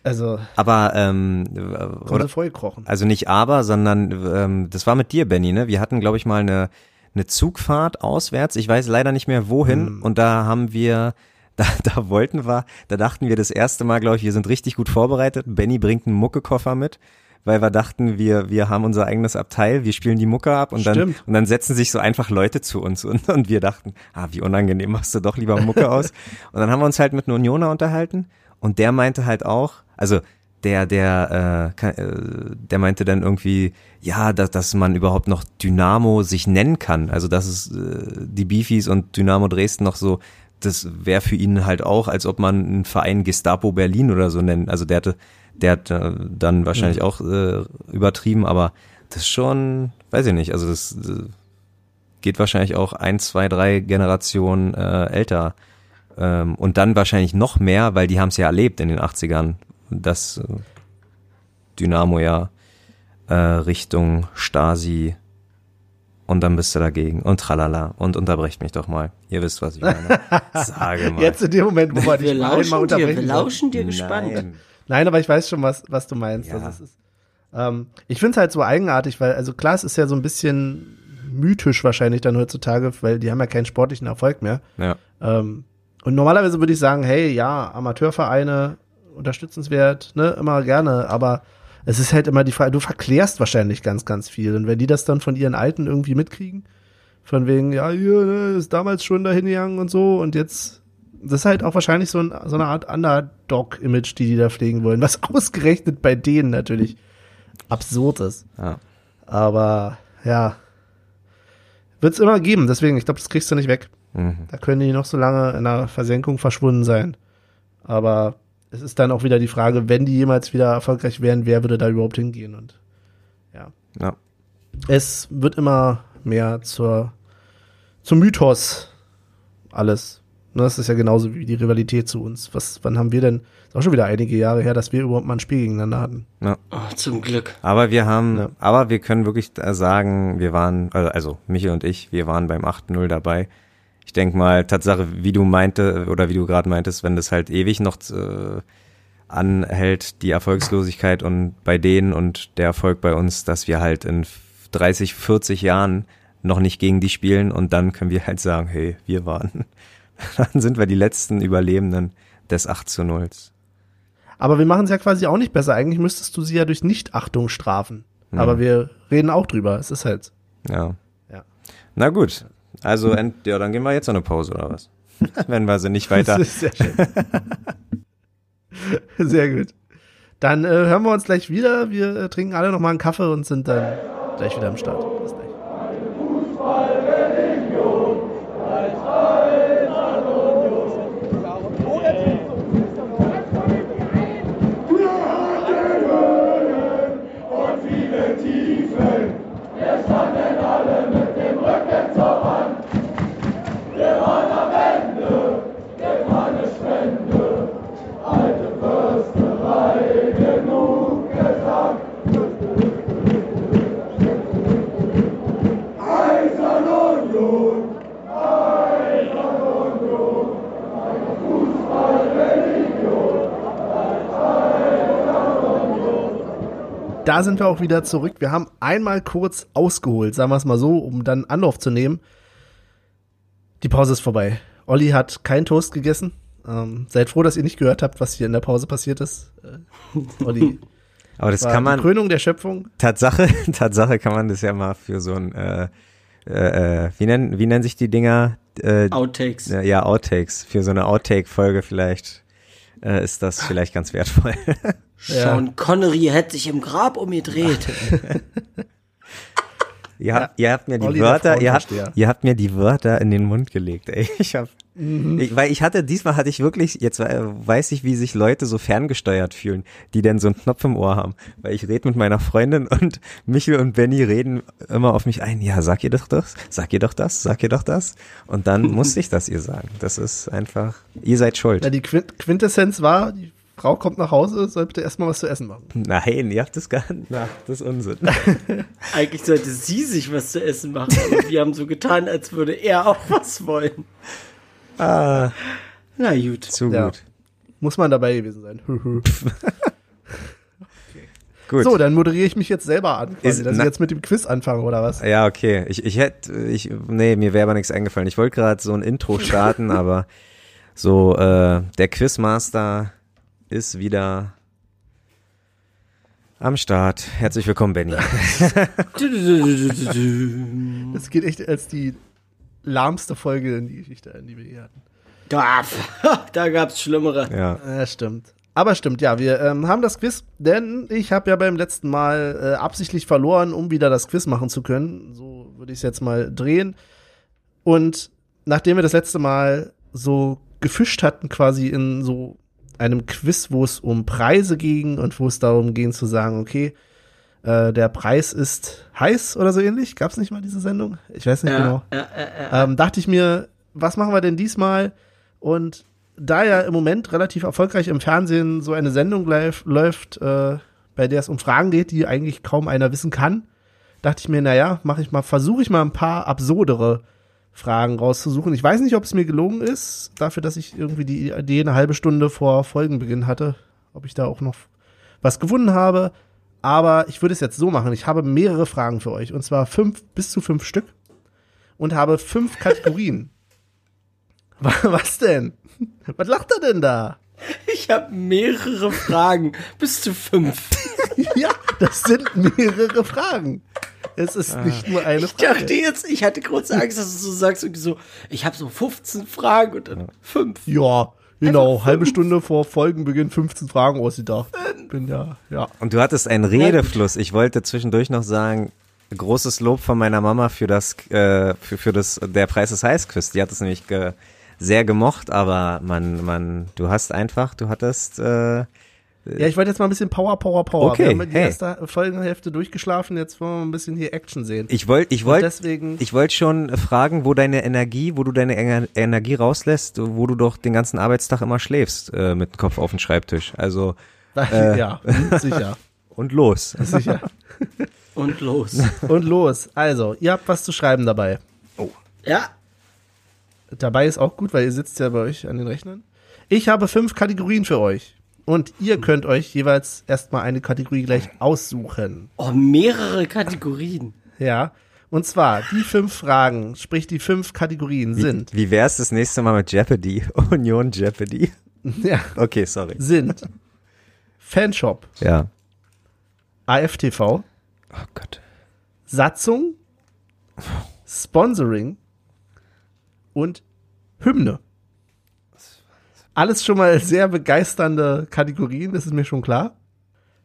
Also,
Aber ähm, äh,
kommen
oder,
sie vorgekrochen.
also nicht aber, sondern ähm, das war mit dir, Benny. Ne, wir hatten glaube ich mal eine eine Zugfahrt auswärts. Ich weiß leider nicht mehr wohin. Und da haben wir [LAUGHS] da, da wollten wir, da dachten wir das erste Mal, glaube ich, wir sind richtig gut vorbereitet. Benny bringt einen Muckekoffer mit, weil wir dachten, wir wir haben unser eigenes Abteil, wir spielen die Mucke ab und dann
Stimmt.
und dann setzen sich so einfach Leute zu uns und, [LAUGHS] und wir dachten, ah, wie unangenehm, machst du doch lieber Mucke aus. Und dann haben wir uns halt mit einem Unioner unterhalten und der meinte halt auch, also der, der, äh, kann- äh, der meinte dann irgendwie, ja, dass, dass man überhaupt noch Dynamo sich nennen kann. Also dass es äh, die Beefies und Dynamo Dresden noch so, das wäre für ihn halt auch, als ob man einen Verein Gestapo Berlin oder so nennt. Also der hatte, der hat äh, dann wahrscheinlich auch äh, übertrieben, aber das ist schon, weiß ich nicht, also das äh, geht wahrscheinlich auch ein, zwei, drei Generationen äh, älter. Ähm, und dann wahrscheinlich noch mehr, weil die haben es ja erlebt in den 80ern, dass äh, Dynamo ja äh, Richtung Stasi und dann bist du dagegen und tralala und unterbrecht mich doch mal. Ihr wisst, was
[LAUGHS]
ich meine. Sage mal.
Jetzt in dem Moment, wo wir
wir
dich mal einmal
lauschen dir, wir
unterbrechen. sollten.
lauschen dir gespannt.
Nein.
Nein, aber ich weiß schon, was, was du meinst.
Ja.
Also es ist, ähm, ich finde es halt so eigenartig, weil, also klar, es ist ja so ein bisschen mythisch wahrscheinlich dann heutzutage, weil die haben ja keinen sportlichen Erfolg mehr.
Ja.
Ähm, und normalerweise würde ich sagen, hey, ja, Amateurvereine unterstützenswert, ne, immer gerne, aber es ist halt immer die Frage, du verklärst wahrscheinlich ganz, ganz viel. Und wenn die das dann von ihren Alten irgendwie mitkriegen, von wegen, ja, hier, ne, ist damals schon dahin gegangen und so, und jetzt, das ist halt auch wahrscheinlich so, ein, so eine Art Underdog-Image, die die da pflegen wollen, was [LAUGHS] ausgerechnet bei denen natürlich absurd ist.
Ja.
Aber, ja, wird's immer geben, deswegen, ich glaube, das kriegst du nicht weg.
Mhm.
Da können die noch so lange in der Versenkung verschwunden sein. Aber es ist dann auch wieder die Frage, wenn die jemals wieder erfolgreich wären, wer würde da überhaupt hingehen? Und ja,
ja.
es wird immer mehr zur, zum Mythos alles. Ne, Das ist ja genauso wie die Rivalität zu uns. Was, wann haben wir denn, ist auch schon wieder einige Jahre her, dass wir überhaupt mal ein Spiel gegeneinander hatten.
ja.
Oh, zum Glück.
Aber wir haben,
Ja.
aber wir können wirklich da sagen, wir waren, also- also Michel und ich, wir waren beim 8-0 dabei. Ich denke mal, Tatsache, wie du meinte oder wie du gerade meintest, wenn das halt ewig noch äh, anhält, die Erfolgslosigkeit und bei denen und der Erfolg bei uns, dass wir halt in 30, 40 Jahren noch nicht gegen die spielen und dann können wir halt sagen, hey, wir waren. [LAUGHS] Dann sind wir die letzten Überlebenden des 8 zu 0.
Aber wir machen es ja quasi auch nicht besser. Eigentlich müsstest du sie ja durch Nichtachtung strafen. Aber wir reden auch drüber. Es ist halt.
Ja.
Ja. Hm.
Na gut. Also, ent ja, dann gehen wir jetzt noch eine Pause oder was? [LAUGHS] Wenn wir sie nicht
[LAUGHS]
weiter.
Das ist sehr schön. sehr gut. Dann äh, hören wir uns gleich wieder. Wir äh, trinken alle nochmal einen Kaffee und sind dann gleich wieder am Start. Bis gleich. Da sind wir auch wieder zurück. Wir haben einmal kurz ausgeholt, sagen wir es mal so, um dann Anlauf zu nehmen. Die Pause ist vorbei. Olli hat keinen Toast gegessen. Ähm, seid froh, dass ihr nicht gehört habt, was hier in der Pause passiert ist. Äh, [LAUGHS] Olli,
Aber das
war
kann
die
man,
Krönung der Schöpfung.
Tatsache, [LAUGHS] Tatsache kann man das ja mal für so ein, äh, äh, äh, wie nennen, wie nennen sich die Dinger? Äh,
Outtakes.
äh, ja, Outtakes. Für so eine Outtake-Folge vielleicht äh, ist das vielleicht ganz wertvoll.
Sean Connery hat sich im Grab um umgedreht.
ihr, habt, ihr habt mir die
Olli, der
Wörter, ihr habt,
Frauenversteher.
ihr habt mir die Wörter in den Mund gelegt. Ey, [LAUGHS] ich hab,
Mhm.
ich, weil ich hatte, diesmal hatte ich wirklich, jetzt äh, weiß ich, wie sich Leute so ferngesteuert fühlen, die denn so einen Knopf im Ohr haben. Weil ich rede mit meiner Freundin und [LAUGHS] Michel und Benny reden immer auf mich ein. Ja, sag ihr doch das, sag ihr doch das, sag ihr doch das.
[LAUGHS]
Und dann muss ich das ihr sagen. Das ist einfach, ihr seid
Na,
schuld.
die Quint Quintessenz war, die Frau kommt nach Hause, soll bitte erstmal was zu essen machen.
Nein, ihr habt das gar nicht.
[LAUGHS]
Das ist Unsinn.
Eigentlich sollte sie sich was zu essen machen. Aber wir haben so getan, als würde er auch was wollen.
ah,
Na gut.
zu
Ja.
gut.
Muss man dabei gewesen
[LAUGHS]
sein.
Gut.
so, dann moderiere ich mich jetzt selber an, quasi,
Ist-
dass ich
na-
jetzt mit dem Quiz anfange oder was?
Ja, okay. Ich, ich hätte, ich, nee, mir wäre aber nichts eingefallen. Ich wollte gerade so ein Intro starten, aber so, äh, der Quizmaster ist wieder am Start. Herzlich willkommen, Benny.
Das geht echt als die lahmste Folge in die Geschichte, in die wir hier hatten.
Da, [LAUGHS] da gab's Schlimmere.
Ja.
Ja, stimmt. Aber stimmt, ja, wir ähm, haben das Quiz, denn ich habe ja beim letzten Mal äh, absichtlich verloren, um wieder das Quiz machen zu können. So würde ich es jetzt mal drehen. Und nachdem wir das letzte Mal so gefischt hatten, quasi in so einem Quiz, wo es um Preise ging und wo es darum ging zu sagen, okay, äh, der Preis ist heiß oder so ähnlich. Gab es nicht mal diese Sendung? Ich weiß nicht genau.
Ja, ja, ja, ja.
ähm, dachte ich mir, was machen wir denn diesmal? Und da ja im Moment relativ erfolgreich im Fernsehen so eine Sendung live, läuft, äh, bei der es um Fragen geht, die eigentlich kaum einer wissen kann, dachte ich mir, naja, mache ich mal, versuche ich mal ein paar absurdere Fragen rauszusuchen. Ich weiß nicht, ob es mir gelungen ist, dafür, dass ich irgendwie die Idee eine halbe Stunde vor Folgenbeginn hatte, ob ich da auch noch was gefunden habe. Aber ich würde es jetzt so machen. Ich habe mehrere Fragen für euch. Und zwar fünf, bis zu fünf Stück und habe [LAUGHS] fünf Kategorien. Wa- Was denn? Was lacht er denn da?
Ich habe mehrere Fragen. Bis zu fünf.
ja, das sind mehrere Fragen. Es ist nicht nur eine
Ich dachte
Frage.
jetzt, ich hatte kurz Angst, dass du so sagst, irgendwie so, ich habe so 15 Fragen und dann fünf.
Ja, genau. Halbe Stunde vor Folgenbeginn 15 Fragen oh, ausgedacht. Bin ja, ja.
Und du hattest einen Redefluss. Ich wollte zwischendurch noch sagen, großes Lob von meiner Mama für das, äh, für, für das, der Preis ist heiß Quiz. Die hat es nämlich ge, sehr gemocht, aber man, man, du hast einfach, du hattest, äh,
Ja, ich wollte jetzt mal ein bisschen Power, Power, Power.
Okay,
Wir haben die
hey.
erste Folgenhälfte durchgeschlafen, jetzt wollen wir ein bisschen hier Action sehen.
ich wollte, ich
Und
wollte,
deswegen,
ich wollte schon fragen, wo deine Energie, wo du deine Ener Energie rauslässt, wo du doch den ganzen Arbeitstag immer schläfst, äh, mit dem Kopf auf den Schreibtisch. Also,
[LAUGHS] ja, sicher,
und los.
sicher.
Und los.
Und los. Also, ihr habt was zu schreiben dabei.
Ja,
Dabei ist auch gut, weil ihr sitzt ja bei euch an den Rechnern. Ich habe fünf Kategorien für euch. Und ihr könnt euch jeweils erstmal eine Kategorie gleich aussuchen.
oh, mehrere Kategorien.
Ja. Und zwar, die fünf Fragen, sprich die fünf Kategorien sind, [LAUGHS]
Wie wär's das nächste Mal mit Jeopardy? [LAUGHS] Union Jeopardy?
ja,
Okay, sorry.
sind Fanshop,
Ja.
AFTV,
Oh Gott.
Satzung, Sponsoring und Hymne. Alles schon mal sehr begeisternde Kategorien, das ist mir schon klar.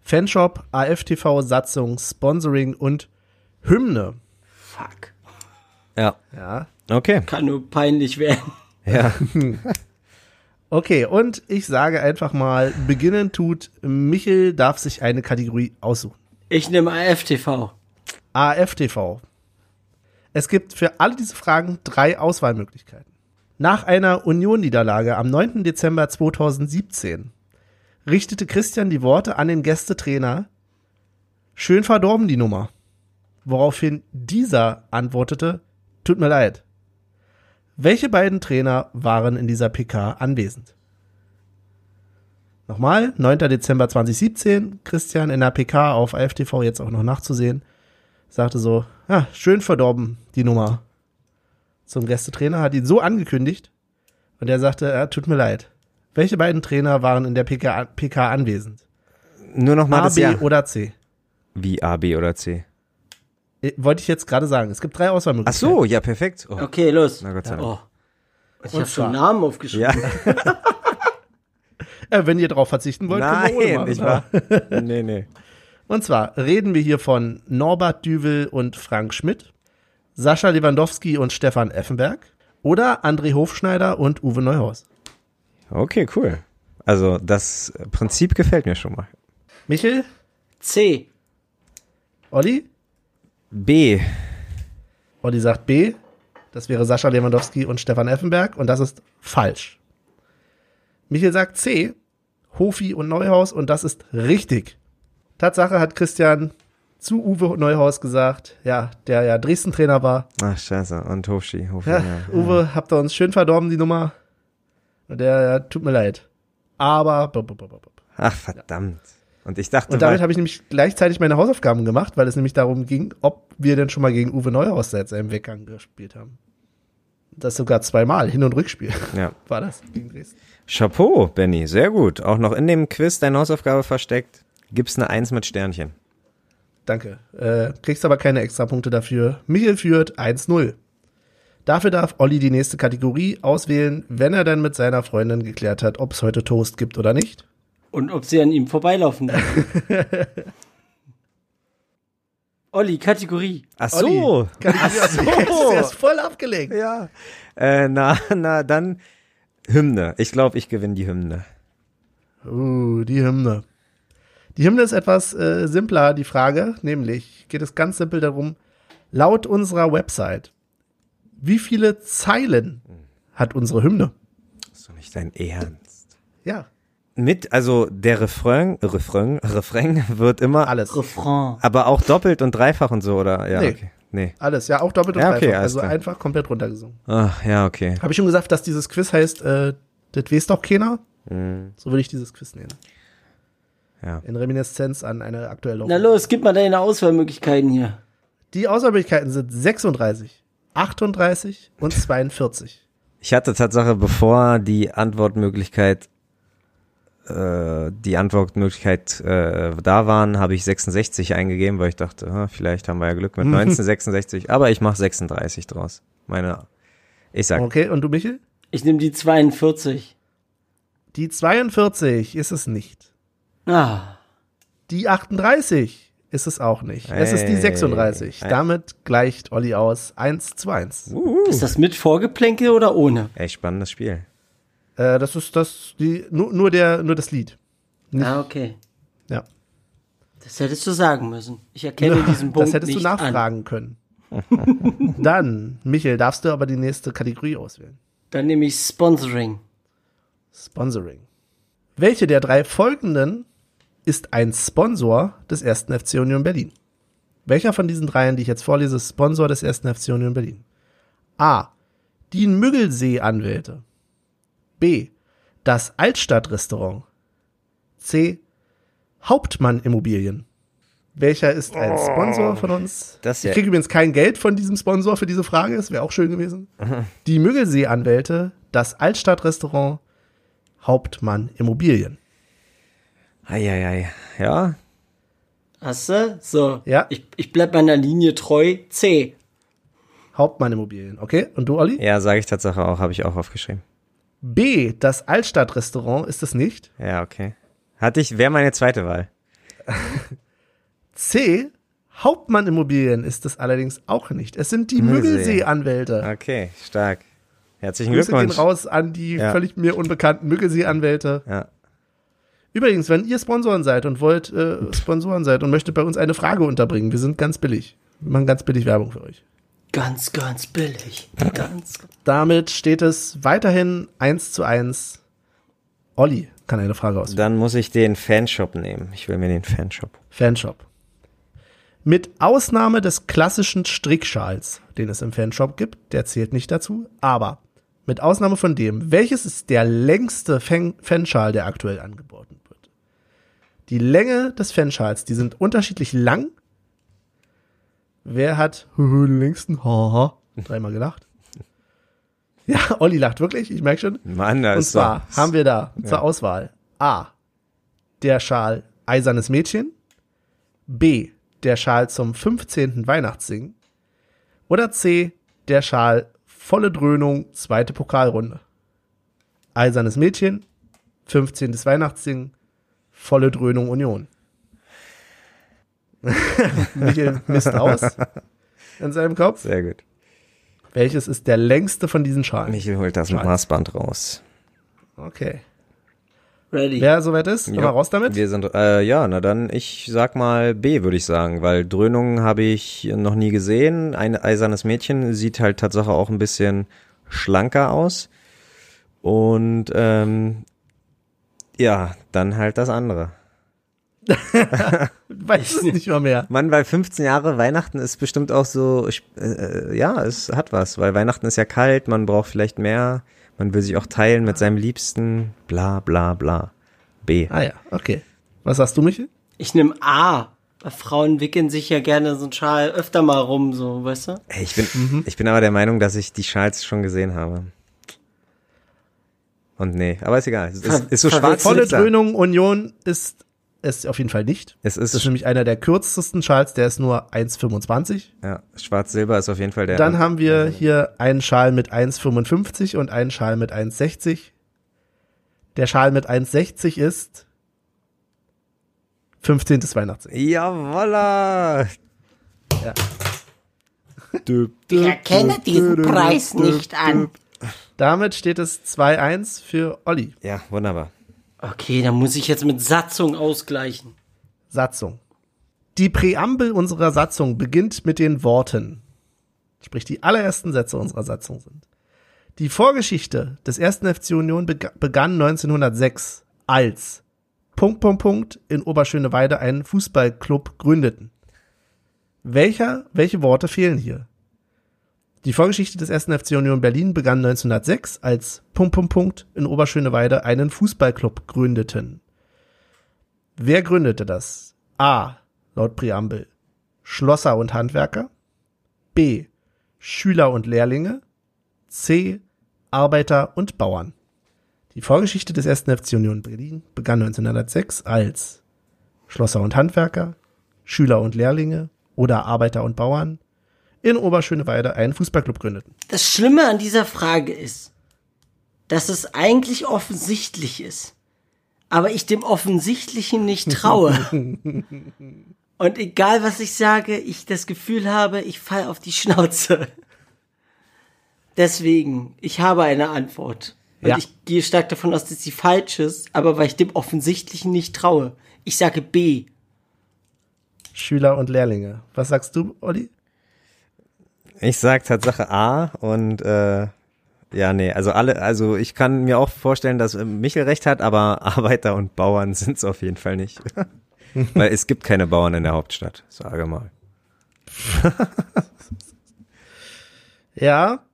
Fanshop, AFTV, Satzung, Sponsoring und Hymne.
Fuck.
Ja.
Ja.
Okay.
Kann nur peinlich werden.
Ja.
Okay, und ich sage einfach mal, beginnen tut Michel darf sich eine Kategorie aussuchen.
Ich nehme AFTV.
AFTV. Es gibt für alle diese Fragen drei Auswahlmöglichkeiten. Nach einer Union-Niederlage am 9. Dezember 2017 richtete Christian die Worte an den Gästetrainer, schön verdorben die Nummer. Woraufhin dieser antwortete, tut mir leid. Welche beiden Trainer waren in dieser PK anwesend? Nochmal, 9. Dezember 2017, Christian in der PK auf AFTV jetzt auch noch nachzusehen sagte so, ja, schön verdorben, die Nummer. Zum Gästetrainer hat ihn so angekündigt und er sagte, ja, tut mir leid. Welche beiden Trainer waren in der PK, an- PK anwesend?
Nur noch mal
A,
das
B
Jahr.
oder C?
Wie A, B oder C?
Äh, Wollte ich jetzt gerade sagen. Es gibt drei
Ach
Auswahlmöglichkeiten.
so, ja, perfekt. Oh.
Okay, los.
Na Gott sei Dank.
Oh. Ich
Und
habe schon
zwar-
Namen aufgeschrieben.
Ja,
Äh, wenn ihr darauf verzichten wollt, können wir ohne
nein,
machen.
ich war. [LAUGHS] Nee, nee.
Und zwar reden wir hier von Norbert Düvel und Frank Schmidt, Sascha Lewandowski und Stefan Effenberg oder André Hofschneider und Uwe Neuhaus.
Okay, cool. Also, das Prinzip gefällt mir schon mal.
Michel,
C.
Olli?
B.
Olli sagt B. Das wäre Sascha Lewandowski und Stefan Effenberg. Und das ist falsch. Michel sagt C. Hofi und Neuhaus. Und das ist richtig. Tatsache hat Christian zu Uwe Neuhaus gesagt, ja, der ja Dresden-Trainer war.
Ach, scheiße. Und Hofschi. Hofschi
Ja,
ja.
Uwe, habt ihr uns schön verdorben, die Nummer. Und der, ja, tut mir leid. Aber, bup, bup, bup, bup. bup.
Ach, verdammt. Und ich dachte,
Und damit
Also weil-
habe ich nämlich gleichzeitig meine Hausaufgaben gemacht, weil es nämlich darum ging, ob wir denn schon mal gegen Uwe Neuhaus seit seinem Weggang gespielt haben. Das sogar zweimal, Hin- und Rückspiel [LAUGHS]
ja.
war das gegen Dresden.
Chapeau, Benny. Sehr gut. Auch noch in dem Quiz deine Hausaufgabe versteckt. Gibt's eine Eins mit Sternchen.
Danke. Äh, kriegst aber keine Extrapunkte dafür. Michel führt 1-0. Dafür darf Olli die nächste Kategorie auswählen, wenn er dann mit seiner Freundin geklärt hat, ob es heute Toast gibt oder nicht.
Und ob sie an ihm vorbeilaufen darf. [LAUGHS] Olli, Kategorie.
Ach so.
Kategorie aus dem Text, der ist voll abgelenkt.
Ja. Äh, na, na, dann Hymne. Ich glaube, ich gewinne die Hymne.
Uh, die Hymne. Die Hymne ist etwas äh, simpler, die Frage, nämlich geht es ganz simpel darum, laut unserer Website, wie viele Zeilen hat unsere Hymne?
Ist doch nicht dein Ernst.
Ja,
Mit, also der Refrain, Refrain, Refrain wird immer,
alles.
Refrain.
aber auch doppelt und dreifach und so, oder? Ja,
Nee.
okay. Nee.
Alles, ja, auch doppelt und
Ja,
dreifach.
okay, alles
also
klar.
einfach komplett runtergesungen.
Ach, ja, okay.
Habe ich schon gesagt, dass dieses Quiz heißt, äh, das weiß doch keiner?
Mhm.
So würde ich dieses Quiz nennen.
Ja.
In Reminiszenz an eine aktuelle
Na los, gib mal deine Auswahlmöglichkeiten hier.
Die Auswahlmöglichkeiten sind 36, 38
[LAUGHS]
und 42.
Ich hatte Tatsache, bevor die Antwortmöglichkeit äh, die Antwortmöglichkeit äh, da waren, habe ich 66 eingegeben, weil ich dachte, "Hm, vielleicht haben wir
[LAUGHS]
ja Glück mit 1966, aber ich mache 36 draus. Meine, ich sag,
Okay, und du, Michel?
Ich nehme die 42.
Die 42 ist es nicht.
Ah,
Die 38 ist es auch nicht. Es ist die
Ey.
36.
Ey.
Damit gleicht Olli aus 1 zu 1.
ist das mit Vorgeplänkel oder ohne?
echt spannendes Spiel.
Äh, das ist das, die, nur, nur, der, nur das Lied.
Ah, okay.
Ja.
Das hättest du sagen müssen. Ich erkenne [LAUGHS] diesen Punkt
das hättest
nicht
du nachfragen können. [LAUGHS] Dann, Michel, darfst du aber die nächste Kategorie auswählen.
an. Dann nehme ich Sponsoring.
Sponsoring. Welche der drei folgenden ist ein Sponsor des 1. FC Union Berlin? Welcher von diesen dreien, die ich jetzt vorlese, ist Sponsor des 1. FC Union Berlin? A. Die Müggelsee-Anwälte. B. Das Altstadtrestaurant. C. Hauptmann Immobilien. Welcher ist ein Sponsor von uns?
Das ist
ich
ja-
kriege übrigens kein Geld von diesem Sponsor für diese Frage, es wäre auch schön
[LAUGHS]
gewesen. Die Müggelsee-Anwälte, das Altstadtrestaurant, Hauptmann Immobilien.
Eieiei. Ja,
Hast du? So.
Ja.
Ich, ich bleib meiner Linie treu. C.
Hauptmann Immobilien, okay? Und du, Olli?
ja, sage ich Tatsache auch, habe ich auch aufgeschrieben.
B, das Altstadtrestaurant ist es nicht.
Ja, okay. Hatte ich, wäre meine zweite Wahl.
C, Hauptmann Immobilien ist es allerdings auch nicht. Es sind die
Müggelsee.
Müggelsee-Anwälte.
Okay, stark. Herzlichen
Grüße gehen
Glückwunsch.
raus an die
Ja.
völlig mir unbekannten Müggelsee-Anwälte.
Ja.
Übrigens, wenn ihr Sponsoren seid und wollt äh, Sponsoren seid und möchtet bei uns eine Frage unterbringen, wir sind ganz billig. Wir machen ganz billig Werbung für euch.
Ganz, ganz billig. Ganz.
Damit steht es weiterhin 1 zu 1. Olli kann eine Frage auswählen.
Dann muss ich den Fanshop nehmen. Ich will mir den Fanshop.
Fanshop. Mit Ausnahme des klassischen Strickschals, den es im Fanshop gibt, der zählt nicht dazu, aber mit Ausnahme von dem, welches ist der längste Fan Fanschal, der aktuell angeboten wird? Die Länge des Fanschals, die sind unterschiedlich lang. Wer hat [LAUGHS] den längsten? Haha, dreimal gelacht. Ja, Olli lacht wirklich, ich merke schon.
Mann, da
Und
ist doch-
zwar haben wir da zur Auswahl A. Der Schal Eisernes Mädchen. B. Der Schal zum 15. Weihnachtssingen. Oder C. Der Schal Volle Dröhnung, zweite Pokalrunde. Eisernes Mädchen, 15. Weihnachtssingen, Volle Dröhnung Union. [LAUGHS] Michael misst aus in seinem Kopf.
Sehr gut.
Welches ist der längste von diesen Schalen?
Michel holt das
Scheiße.
Maßband raus.
Okay.
Ready.
Wer soweit ist,
Ja.
immer raus damit.
Wir sind, äh, ja, na dann, ich sag mal B, würde ich sagen, weil Dröhnungen habe ich noch nie gesehen. Ein eisernes Mädchen sieht halt Tatsache auch ein bisschen schlanker aus. Und ähm, ja, dann halt das andere.
[LAUGHS] Weiß es nicht mal mehr.
Mann, weil 15 Jahre Weihnachten ist bestimmt auch so, äh, ja, es hat was, weil Weihnachten ist ja kalt, man braucht vielleicht mehr, man will sich auch teilen mit seinem Liebsten, bla bla bla. B.
Ah ja, okay. Was sagst du, Michel?
Ich nehme A. Weil Frauen wickeln sich ja gerne so einen Schal öfter mal rum, so, weißt du?
Ey, Ich bin,
Mhm.
ich bin aber der Meinung, dass ich die Schals schon gesehen habe. Und nee, aber ist egal. Es ist, ist so schwarz.
Volle
Glitzer.
Dröhnung Union ist es auf jeden Fall nicht.
Es
Das ist
ist,
nämlich einer der kürzesten Schals, der ist nur 1,25.
ja, schwarz-silber ist auf jeden Fall der.
Dann haben wir hier einen Schal mit 1,55 und einen Schal mit 1,60. Der Schal mit 1,60 ist 15. Weihnachtseck.
Jawolla! Düb,
Ich erkenne diesen Preis nicht an.
Damit steht es 2-1 für Olli.
Ja, wunderbar.
Okay, dann muss ich jetzt mit Satzung ausgleichen.
Satzung. Die Präambel unserer Satzung beginnt mit den Worten. Sprich, die allerersten Sätze unserer Satzung sind. Die Vorgeschichte des ersten FC Union beg begann 1906 als Punkt, Punkt, Punkt in Oberschöneweide einen Fußballclub gründeten. Welcher, welche Worte fehlen hier? Die Vorgeschichte des ersten FC Union Berlin begann 1906 als Punkt, Punkt, Punkt in Oberschöneweide einen Fußballclub gründeten. Wer gründete das? A. Laut Präambel. Schlosser und Handwerker. B. Schüler und Lehrlinge. C. Arbeiter und Bauern. Die Vorgeschichte des ersten FC Union Berlin begann 1906 als Schlosser und Handwerker, Schüler und Lehrlinge oder Arbeiter und Bauern in Oberschöneweide einen Fußballclub gründeten.
Das Schlimme an dieser Frage ist, dass es eigentlich offensichtlich ist, aber ich dem Offensichtlichen
[LAUGHS]
nicht traue. Und egal was ich sage, ich das Gefühl habe, ich falle auf die Schnauze. Deswegen, ich habe eine Antwort. Und
Ja.
ich gehe stark davon aus, dass sie falsch ist, aber weil ich dem Offensichtlichen nicht traue. Ich sage B.
Schüler und Lehrlinge. Was sagst du, Olli?
Ich sag Tatsache A und äh, ja, nee, also alle, also ich kann mir auch vorstellen, dass äh, Michel recht hat, aber [LAUGHS] Arbeiter und Bauern sind es auf jeden Fall [LAUGHS] nicht. Weil es gibt keine Bauern in der Hauptstadt, sage mal.
Ja,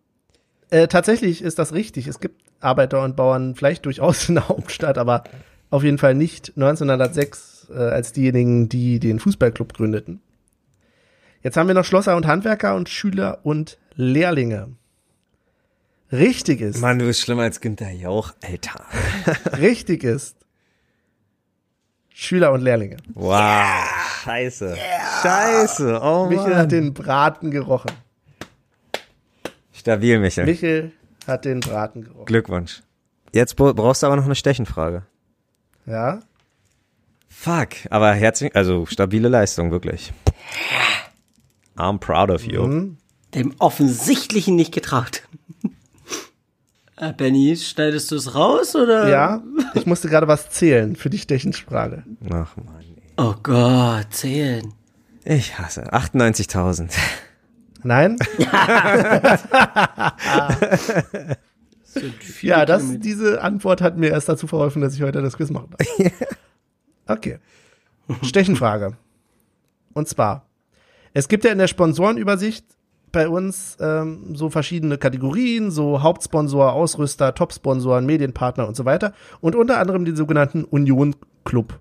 äh, tatsächlich ist das richtig. Es gibt Arbeiter und Bauern vielleicht durchaus [LAUGHS] in der Hauptstadt, aber auf jeden Fall nicht 1906 äh, als diejenigen, die den Fußballclub gründeten. Jetzt haben wir noch Schlosser und Handwerker und Schüler und Lehrlinge. Richtig ist,
Mann, du bist schlimmer als Günther Jauch, Alter.
richtig ist. Schüler und Lehrlinge.
Wow, scheiße. Scheiße, oh
Michel hat
Mann.
den Braten gerochen.
Stabil, Michel.
Michel hat den Braten gerochen.
Glückwunsch. Jetzt bra- brauchst du aber noch eine Stechenfrage.
Ja?
Fuck, aber herzlich, also stabile Leistung, wirklich. I'm proud of you.
Dem Offensichtlichen nicht getraut. [LAUGHS] Äh, Benny, schneidest du es raus oder?
Ja?
Ähm.
Ich musste gerade was zählen für die Stechensprache.
Ach Mann, ey.
Oh Gott, zählen.
ich hasse 98.000.
Nein?
Sind viele
Ja, das,
Kilometer.
diese Antwort hat mir erst dazu verholfen, dass ich heute das Quiz machen darf.
[LAUGHS]
Okay. Stechenfrage. Und zwar, es gibt ja in der Sponsorenübersicht bei uns ähm, so verschiedene Kategorien, so Hauptsponsor, Ausrüster, Topsponsoren, Medienpartner und so weiter. Und unter anderem den sogenannten Union Club.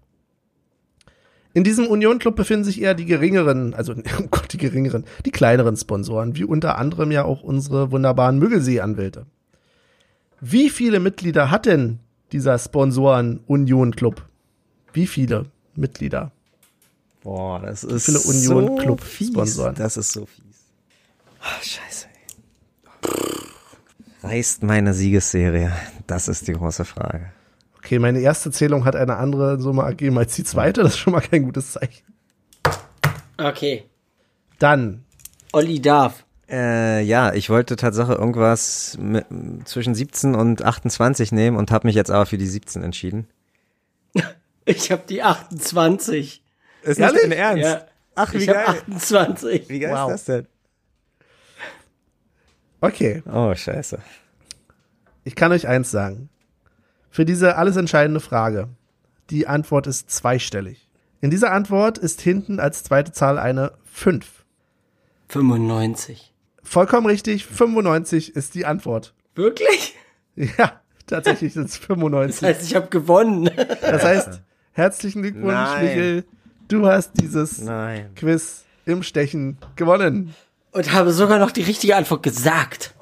In diesem Union Club befinden sich eher die geringeren, also [LAUGHS] oh Gott, die geringeren, die kleineren Sponsoren, wie unter anderem ja auch unsere wunderbaren Müggelsee-Anwälte. Wie viele Mitglieder hat denn dieser Sponsoren Union Club? Wie viele Mitglieder?
Boah, das ist
viele Union Club
fies.
Sponsoren?
Das ist so fies. Ah, scheiße. Ey. Reißt meine Siegesserie? Das ist die große Frage.
Okay, meine erste Zählung hat eine andere Summe ergeben als die zweite. Das ist schon mal kein gutes Zeichen.
Okay.
Dann,
Olli darf.
Äh, ja, ich wollte Tatsache irgendwas mit, zwischen 17 und 28 nehmen und habe mich jetzt aber für die 17 entschieden.
Ich habe die 28.
Ist
Ehrlich?
dein Ernst?
Ja.
Ach, wie
ich habe
geil.
28.
Wie geil
Wow.
ist das denn?
okay,
Oh, scheiße.
ich kann euch eins sagen. Für diese alles entscheidende Frage, die Antwort ist zweistellig. In dieser Antwort ist hinten als zweite Zahl eine 5.
95.
Vollkommen richtig, 95 ist die Antwort. [LAUGHS]
Wirklich?
Ja, tatsächlich sind es 95.
Das heißt, ich habe gewonnen.
Das heißt, herzlichen Glückwunsch,
Nein.
Michel. Du hast dieses
Nein.
Quiz im Stechen gewonnen.
Und habe sogar noch die richtige Antwort gesagt.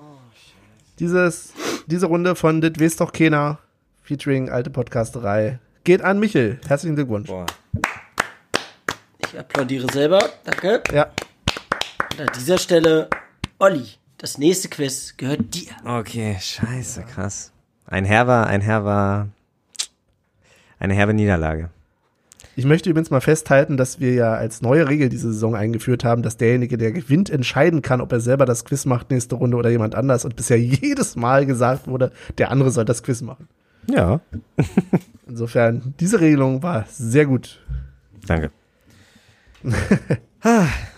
Dieses, diese Runde von Dit Wes doch keiner featuring alte Podcasterei geht an Michel. Herzlichen Glückwunsch.
Boah.
Ich applaudiere selber. Danke.
Ja,
Und an dieser Stelle, Olli, das nächste Quiz gehört dir.
Okay, scheiße, krass. Ein herber, ein herber, eine herbe Niederlage.
ich möchte übrigens mal festhalten, dass wir ja als neue Regel diese Saison eingeführt haben, dass derjenige, der gewinnt, entscheiden kann, ob er selber das Quiz macht nächste Runde oder jemand anders. Und bisher jedes Mal gesagt wurde, der andere soll das Quiz machen.
Ja.
Insofern, diese Regelung war sehr gut.
Danke.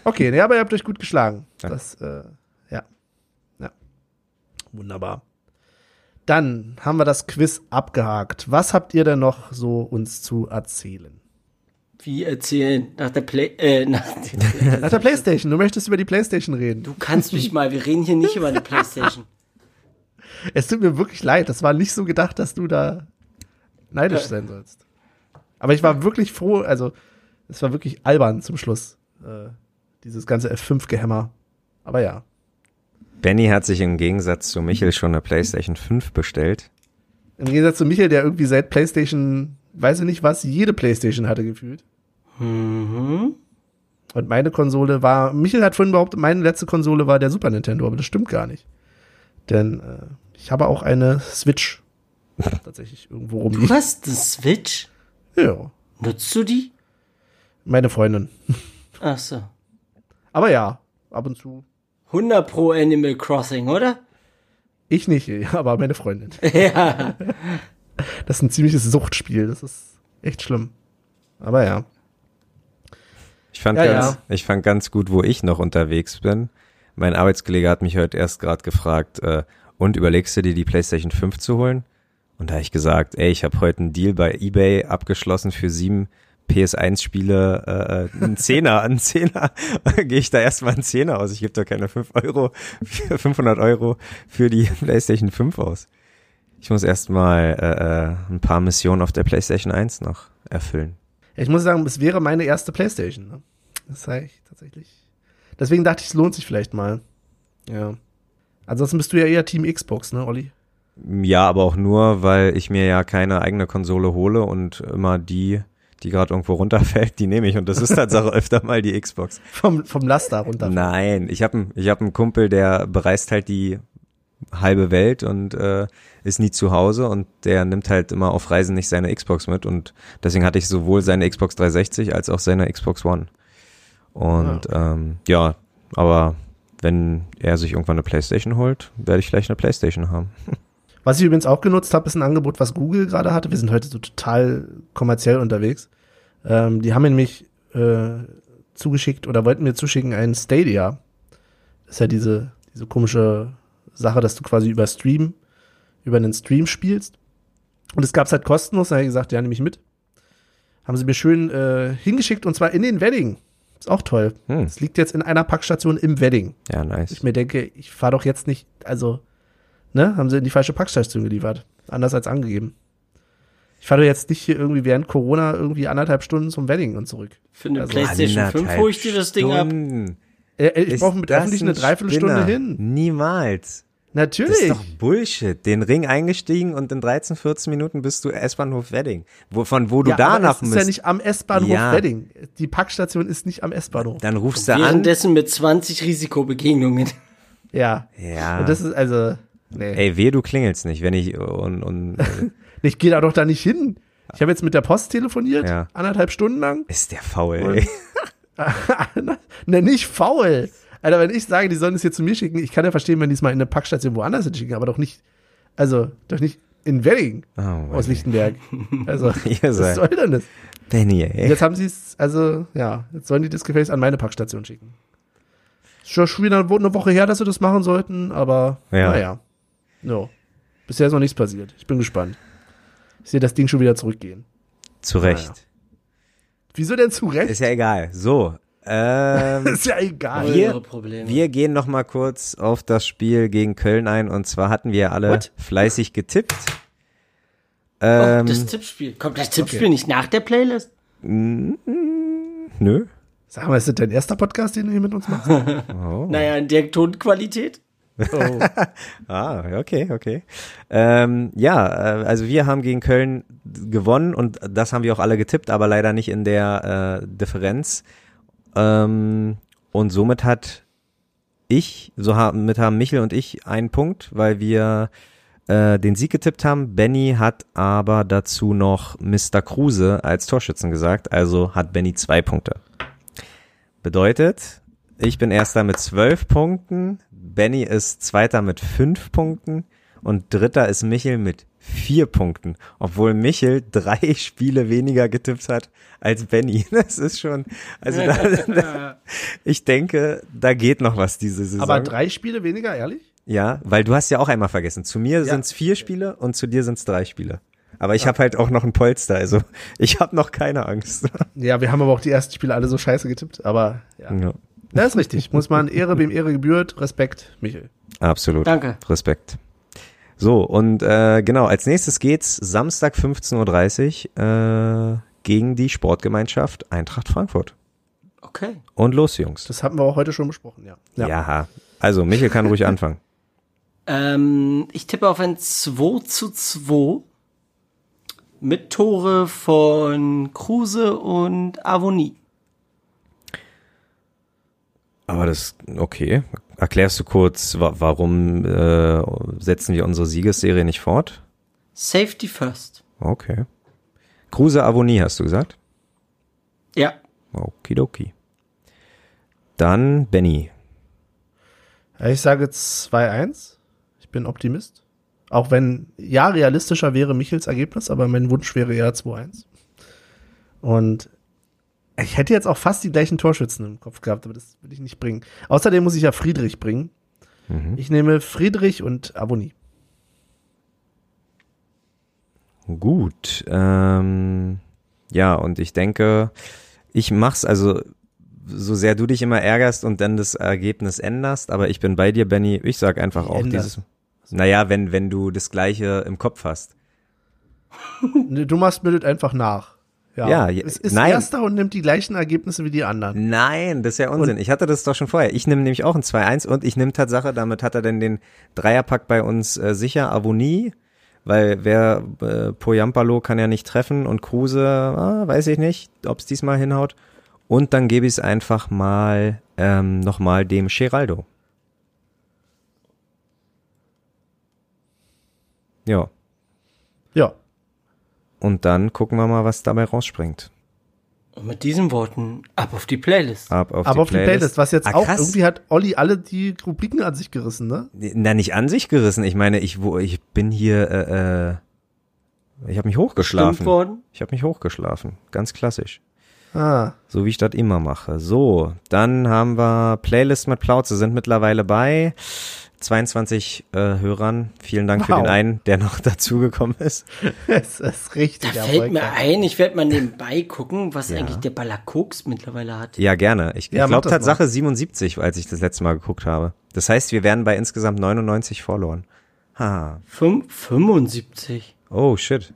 Okay, nee, aber ihr habt euch gut geschlagen.
Danke.
Das, äh, ja. ja. Wunderbar. Dann haben wir das Quiz abgehakt. Was habt ihr denn noch so uns zu erzählen?
Wie erzählen nach der Play, äh, nach
[LAUGHS]
Nach der Playstation, du möchtest über die Playstation reden.
Du kannst mich mal, wir reden hier nicht über eine Playstation.
Es tut mir wirklich leid, das war nicht so gedacht, dass du da neidisch sein sollst. Aber ich war wirklich froh, also es war wirklich albern zum Schluss, äh, dieses ganze F5-Gehämmer. Aber ja,
Benny hat sich im Gegensatz zu Michel schon eine PlayStation 5 bestellt
Im Gegensatz zu Michael, der irgendwie seit PlayStation, weiß ich nicht was, jede PlayStation hatte gefühlt.
Mhm.
Und meine Konsole war, Michael hat vorhin behauptet, meine letzte Konsole war der Super Nintendo, aber das stimmt gar nicht. Denn äh, ich habe auch eine Switch tatsächlich irgendwo
Du
rum.
hast eine Switch?
Ja,
Nutzt du die?
meine Freundin.
Ach so.
Aber ja, ab und zu.
100 pro Animal Crossing, oder? [LAUGHS]
Ich nicht, [LAUGHS] aber meine Freundin.
Ja.
Das ist ein ziemliches Suchtspiel, das ist echt schlimm. Aber ja.
Ich fand,
Ja,
ganz,
ja.
ich fand ganz gut, wo ich noch unterwegs bin. Mein Arbeitskollege hat mich heute erst gerade gefragt, äh, und überlegst du dir die PlayStation 5 zu holen? Und da habe ich gesagt, ey, ich habe heute einen Deal bei eBay abgeschlossen für sieben PS1-Spiele, äh, einen Zehner, einen Zehner. [LAUGHS] Gehe ich da erstmal einen Zehner aus. Ich gebe da keine 5 Euro, [LAUGHS] 500 Euro für die [LAUGHS] PlayStation 5 aus. Ich muss erstmal äh, äh, ein paar Missionen auf der PlayStation 1 noch erfüllen.
Ich muss sagen, es wäre meine erste Playstation. Ne? Das sage ich tatsächlich. Deswegen dachte ich, es lohnt sich vielleicht mal. Ja. Ansonsten bist du ja eher Team Xbox, ne, Olli?
Ja, aber auch nur, weil ich mir ja keine eigene Konsole hole und immer die, die gerade irgendwo [LAUGHS] runterfällt, die nehme ich. Und das ist Tatsache öfter mal die Xbox.
Vom, vom Laster runter.
Nein, ich habe ich hab einen Kumpel, der bereist halt die halbe Welt und äh, ist nie zu Hause und der nimmt halt immer auf Reisen nicht seine Xbox mit. Und deswegen hatte ich sowohl seine Xbox 360 als auch seine Xbox One. Und ähm, ja, aber wenn er sich irgendwann eine Playstation holt, werde ich vielleicht eine Playstation haben.
Was ich übrigens auch genutzt habe, ist ein Angebot, was Google gerade hatte. Wir sind heute so total kommerziell unterwegs. Ähm, die haben mir nämlich äh, zugeschickt oder wollten mir zuschicken einen Stadia. Das ist ja diese, diese komische Sache, dass du quasi über Stream, über einen Stream spielst. Und das gab's halt kostenlos. Da habe ich gesagt, ja, nehme ich mit. Haben sie mir schön äh, hingeschickt und zwar in den Wedding. Ist auch toll.
Hm.
Es liegt jetzt in einer Packstation im Wedding
Ja, nice.
ich mir denke, ich fahre doch jetzt nicht, also, ne, haben sie in die falsche Packstation geliefert. Anders als angegeben. Ich fahre doch jetzt nicht hier irgendwie während Corona irgendwie anderthalb Stunden zum Wedding und zurück.
Für eine
Also
PlayStation 5 hole ich dir das Ding ab.
ab.
Äh, äh, ich brauche mit öffentlich eine Dreiviertelstunde hin.
Niemals. Das
Natürlich.
ist doch Bullshit. Den Ring eingestiegen und in 13, 14 Minuten bist du S-Bahnhof Wedding. Wo, von wo du
ja, aber es
danach
ist ja
bist.
nicht am S-Bahnhof
Ja.
Wedding. Die Packstation ist nicht am S-Bahnhof.
dann rufst du an.
Währenddessen mit 20 Risikobegegnungen.
Ja.
Ja.
Und das ist also, nee.
Ey, weh, du klingelst nicht, wenn ich und, und äh,
Ich gehe da doch da nicht hin. Ich habe jetzt mit der Post telefoniert,
Ja.
anderthalb Stunden lang.
ist der faul, ey.
Na, nicht faul. Alter, wenn ich sage, die sollen es hier zu mir schicken, ich kann ja verstehen, wenn die es mal in eine Packstation woanders hinschicken, aber doch nicht, also, doch nicht in Wedding
Oh,
aus
Mann. [LAUGHS]
Lichtenberg. Also,
Ihr
was
seid-
soll denn das?
Benny, ey.
Jetzt haben sie es, also, ja, jetzt sollen die das gefälligst an meine Packstation schicken. Ist schon schon wieder eine Woche her, dass sie das machen sollten, aber,
Ja.
naja. No. Bisher ist noch nichts passiert. Ich bin gespannt. Ich sehe das Ding schon wieder zurückgehen.
Zu Recht.
Wieso denn zu Recht?
Ist ja egal. So. Ähm,
Ist ja egal.
[LAUGHS] Wir-
Eure Probleme.
Wir gehen noch mal kurz auf das Spiel gegen Köln ein und zwar hatten wir alle
What?
fleißig getippt.
oh,
Ähm,
das Tippspiel. Kommt das Tippspiel nicht nach der Playlist?
nö.
Sag mal, ist das dein erster Podcast, den du hier mit uns
[LAUGHS]
machst?
Oh.
Naja, in der Tonqualität?
Oh.
Ah, okay, okay. Ähm, ja, äh, also wir haben gegen Köln gewonnen und das haben wir auch alle getippt, aber leider nicht in der äh, Differenz. Ähm, und somit hat ich, so haben, mit haben Michel und ich einen Punkt, weil wir äh, den Sieg getippt haben. Benny hat aber dazu noch Mr. Kruse als Torschützen gesagt, also hat Benny zwei Punkte. Bedeutet, ich bin erster mit zwölf Punkten, Benny ist zweiter mit fünf Punkten und dritter ist Michel mit vier Punkten, obwohl Michel drei [LAUGHS] Spiele weniger getippt hat als Benny. [LAUGHS] Das ist schon, also da, ich denke, da geht noch was diese Saison.
Aber drei Spiele weniger, ehrlich?
Ja, weil du hast ja auch einmal vergessen. Zu mir sind's vier Spiele und zu dir sind's drei Spiele. Aber ich hab habe halt auch noch ein Polster, also [LAUGHS] ich habe noch keine Angst.
Ja, wir haben aber auch die ersten Spiele alle so scheiße getippt, aber ja.
Ja,
Das ist richtig. Muss man Ehre, wem Ehre gebührt. Respekt, Michel.
absolut.
Danke.
Respekt. So, und äh, genau, als nächstes geht's Samstag 15.30 Uhr äh, gegen die Sportgemeinschaft Eintracht Frankfurt.
Okay.
Und los, Jungs.
Das haben wir auch heute schon besprochen, ja.
Ja. Also, Michel kann ruhig anfangen.
Ähm, ich tippe auf ein 2 zu 2 mit Tore von Kruse und Avoni.
Aber das, okay. Erklärst du kurz, wa warum äh, setzen wir unsere Siegesserie nicht fort?
Safety first.
Okay. Kruse Avoni, hast du gesagt?
Ja,
Okidoki. Dann Benny.
Ja, Ich sage 2-1. Ich bin Optimist. Auch wenn, ja, realistischer wäre Michels Ergebnis, aber mein Wunsch wäre ja 2-1. Und ich hätte jetzt auch fast die gleichen Torschützen im Kopf gehabt, aber das will ich nicht bringen. Außerdem muss ich ja Friedrich bringen. Ich nehme Friedrich und Aboni.
Gut. Ähm, ja, und ich denke, ich mach's also, so sehr du dich immer ärgerst und dann das Ergebnis änderst, aber ich bin bei dir, Benny. Ich sag einfach auch
änder.
dieses. Naja, wenn, wenn du das Gleiche im Kopf hast.
Nee, Ne, Du machst mir das einfach nach. Ja,
Ja, je-
es ist
nein.
erster und nimmt die gleichen Ergebnisse wie die anderen.
Nein, das ist ja Unsinn. ich hatte das doch schon vorher. Ich nehme nämlich auch ein 2-1 und ich nehme Tatsache, damit hat er denn den Dreierpack bei uns äh, sicher. Avoni, weil wer äh, Poyampalo kann ja nicht treffen und Kruse, ah, weiß ich nicht, ob es diesmal hinhaut. Und dann gebe ich es einfach mal ähm, nochmal dem Geraldo. Ja,
Ja,
und dann gucken wir mal, was dabei rausspringt.
und mit diesen Worten ab auf die Playlist.
Ab auf
aber
die
auf die Playlist, was jetzt
Ah,
auch,
krass.
irgendwie hat Olli alle die Rubriken an sich gerissen, ne?
Na, nicht an sich gerissen. Ich meine, ich, wo, ich bin hier, äh, äh ich habe mich
Stimmt
hochgeschlafen.
worden.
Ich habe mich hochgeschlafen. Ganz klassisch.
Ah. [LAUGHS]
So wie ich das immer mache. So, dann haben wir Playlist mit Plauze, sind mittlerweile bei 22 äh, Hörern. Vielen Dank für
Wow.
den einen, der noch [LAUGHS] dazugekommen ist.
Es ist richtig.
Da fällt mir
erfolgreich.
ein, ich werde mal nebenbei gucken, was eigentlich der Balakoks mittlerweile hat.
Ja, gerne. Ich,
Ja,
ich
mach
glaube
das
Tatsache 77, als ich das letzte Mal geguckt habe. Das heißt, wir werden bei insgesamt 99 verloren. Ha.
Fünf- 75.
Oh, shit.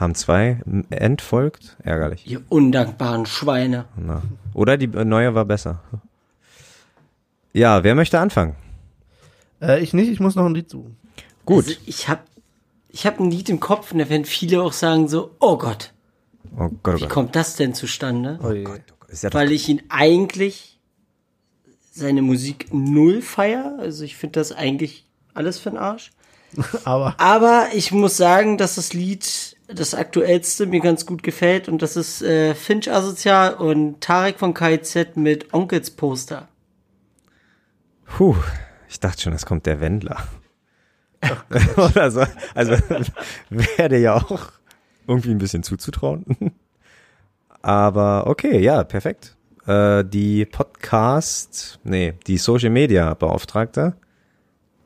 Haben zwei m, entfolgt? Ärgerlich.
Ihr undankbaren Schweine.
Na. Oder die äh, neue war besser. Ja, wer möchte anfangen?
Äh, ich nicht, ich muss noch ein Lied suchen.
Gut.
Also ich habe ich hab ein Lied im Kopf und da werden viele auch sagen so, oh Gott,
Oh Gott,
wie
oh Gott.
kommt das denn zustande?
Ui.
Ist Oh, ja doch,
Weil ich ihn eigentlich seine Musik null feier. Also ich finde das eigentlich alles für den Arsch.
Aber
Aber ich muss sagen, dass das Lied, das aktuellste, mir ganz gut gefällt. Und das ist äh, Finch Asozial und Tarek von KZ mit Onkels Poster.
puh, ich dachte schon, es kommt der Wendler. [LAUGHS] Oder so. Also [LAUGHS] werde ja auch irgendwie ein bisschen zuzutrauen. [LAUGHS] Aber okay, ja, perfekt. Äh, die Podcast, nee, die Social Media Beauftragte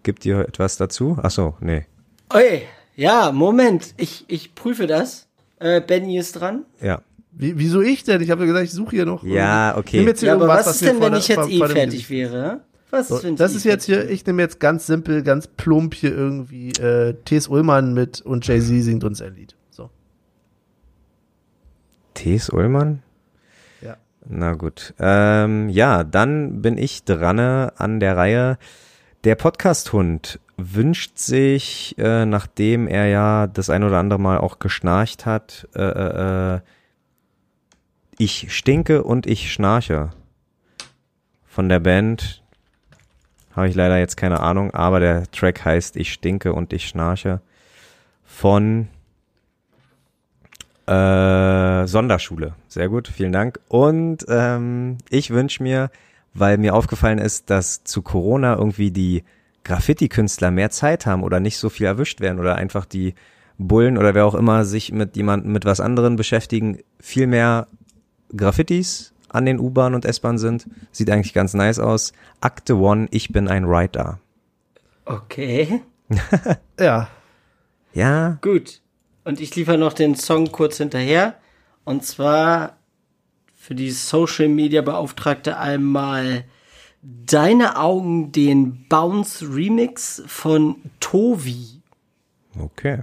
gibt ihr etwas dazu? Ach so, nee.
Oi, ja, Moment, ich, ich prüfe das. Äh, Benny ist dran.
Ja.
wie, wieso ich denn? Ich habe ja gesagt, ich suche hier noch.
Ja,
irgendwie-
okay.
Nimm jetzt hier
Ja, aber
irgendwas,
was, ist
wir
denn,
vor
wenn
der-
ich jetzt
vor-
eh
vor dem-
fertig wäre? Was ist,
So,
wenn ich
das
eh
ist jetzt
fertig
hier, ich nehme jetzt ganz simpel, ganz plump hier irgendwie äh, T.S. Ullmann mit und Jay-Z singt uns ein Lied. So,
T.S. Ullmann?
ja.
Na gut. Ähm, ja, dann bin ich dran äh, an der Reihe. Der Podcast-Hund wünscht sich, äh, nachdem er ja das ein oder andere Mal auch geschnarcht hat, äh, äh, äh, ich stinke und ich schnarche. Von der Band habe ich leider jetzt keine Ahnung, aber der Track heißt Ich stinke und ich schnarche von äh, Sonderschule. Sehr gut, vielen Dank. Und ähm, ich wünsche mir, weil mir aufgefallen ist, dass zu Corona irgendwie die Graffiti-Künstler mehr Zeit haben oder nicht so viel erwischt werden oder einfach die Bullen oder wer auch immer sich mit jemandem mit was anderen beschäftigen, viel mehr Graffitis an den U-Bahn und S-Bahn sind. Sieht eigentlich ganz nice aus. Akte One, ich bin ein Writer.
Okay,
Ja,
Ja,
gut. Und ich liefere noch den Song kurz hinterher. Und zwar für die Social Media Beauftragte einmal Deine Augen, den Bounce Remix von Tovi.
okay.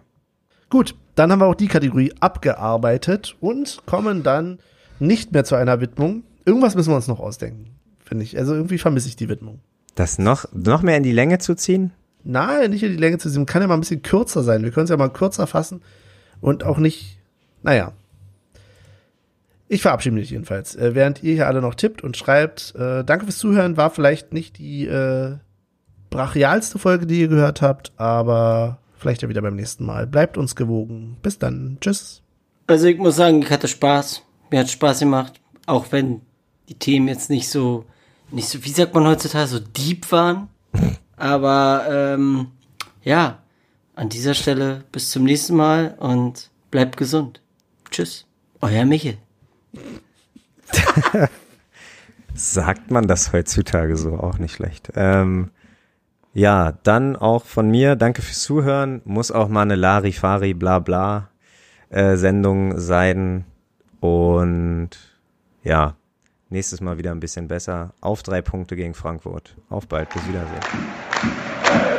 Gut, dann haben wir auch die Kategorie abgearbeitet und kommen dann nicht mehr zu einer Widmung. Irgendwas müssen wir uns noch ausdenken, finde ich. Also irgendwie vermisse ich die Widmung.
Das noch, noch mehr in die Länge zu ziehen?
Nein, nicht in die Länge zu ziehen. Kann ja mal ein bisschen kürzer sein. Wir können es ja mal kürzer fassen und auch nicht. Naja. Ich verabschiede mich jedenfalls. Äh, während ihr hier alle noch tippt und schreibt, äh, danke fürs Zuhören. War vielleicht nicht die äh, brachialste Folge, die ihr gehört habt, aber vielleicht ja wieder beim nächsten Mal. Bleibt uns gewogen. Bis dann. Tschüss.
Also ich muss sagen, ich hatte Spaß. Mir hat Spaß gemacht, auch wenn die Themen jetzt nicht so, nicht so, wie sagt man heutzutage, so deep waren. Aber ähm, ja, an dieser Stelle bis zum nächsten Mal und bleibt gesund. Tschüss, euer Michel.
Sagt man das heutzutage so? Auch nicht schlecht. Ähm, ja, dann auch von mir. Danke fürs Zuhören. Muss auch mal eine Larifari, bla bla äh, Sendung sein. Und ja, nächstes Mal wieder ein bisschen besser. Auf drei Punkte gegen Frankfurt. Auf bald. Bis Wiedersehen.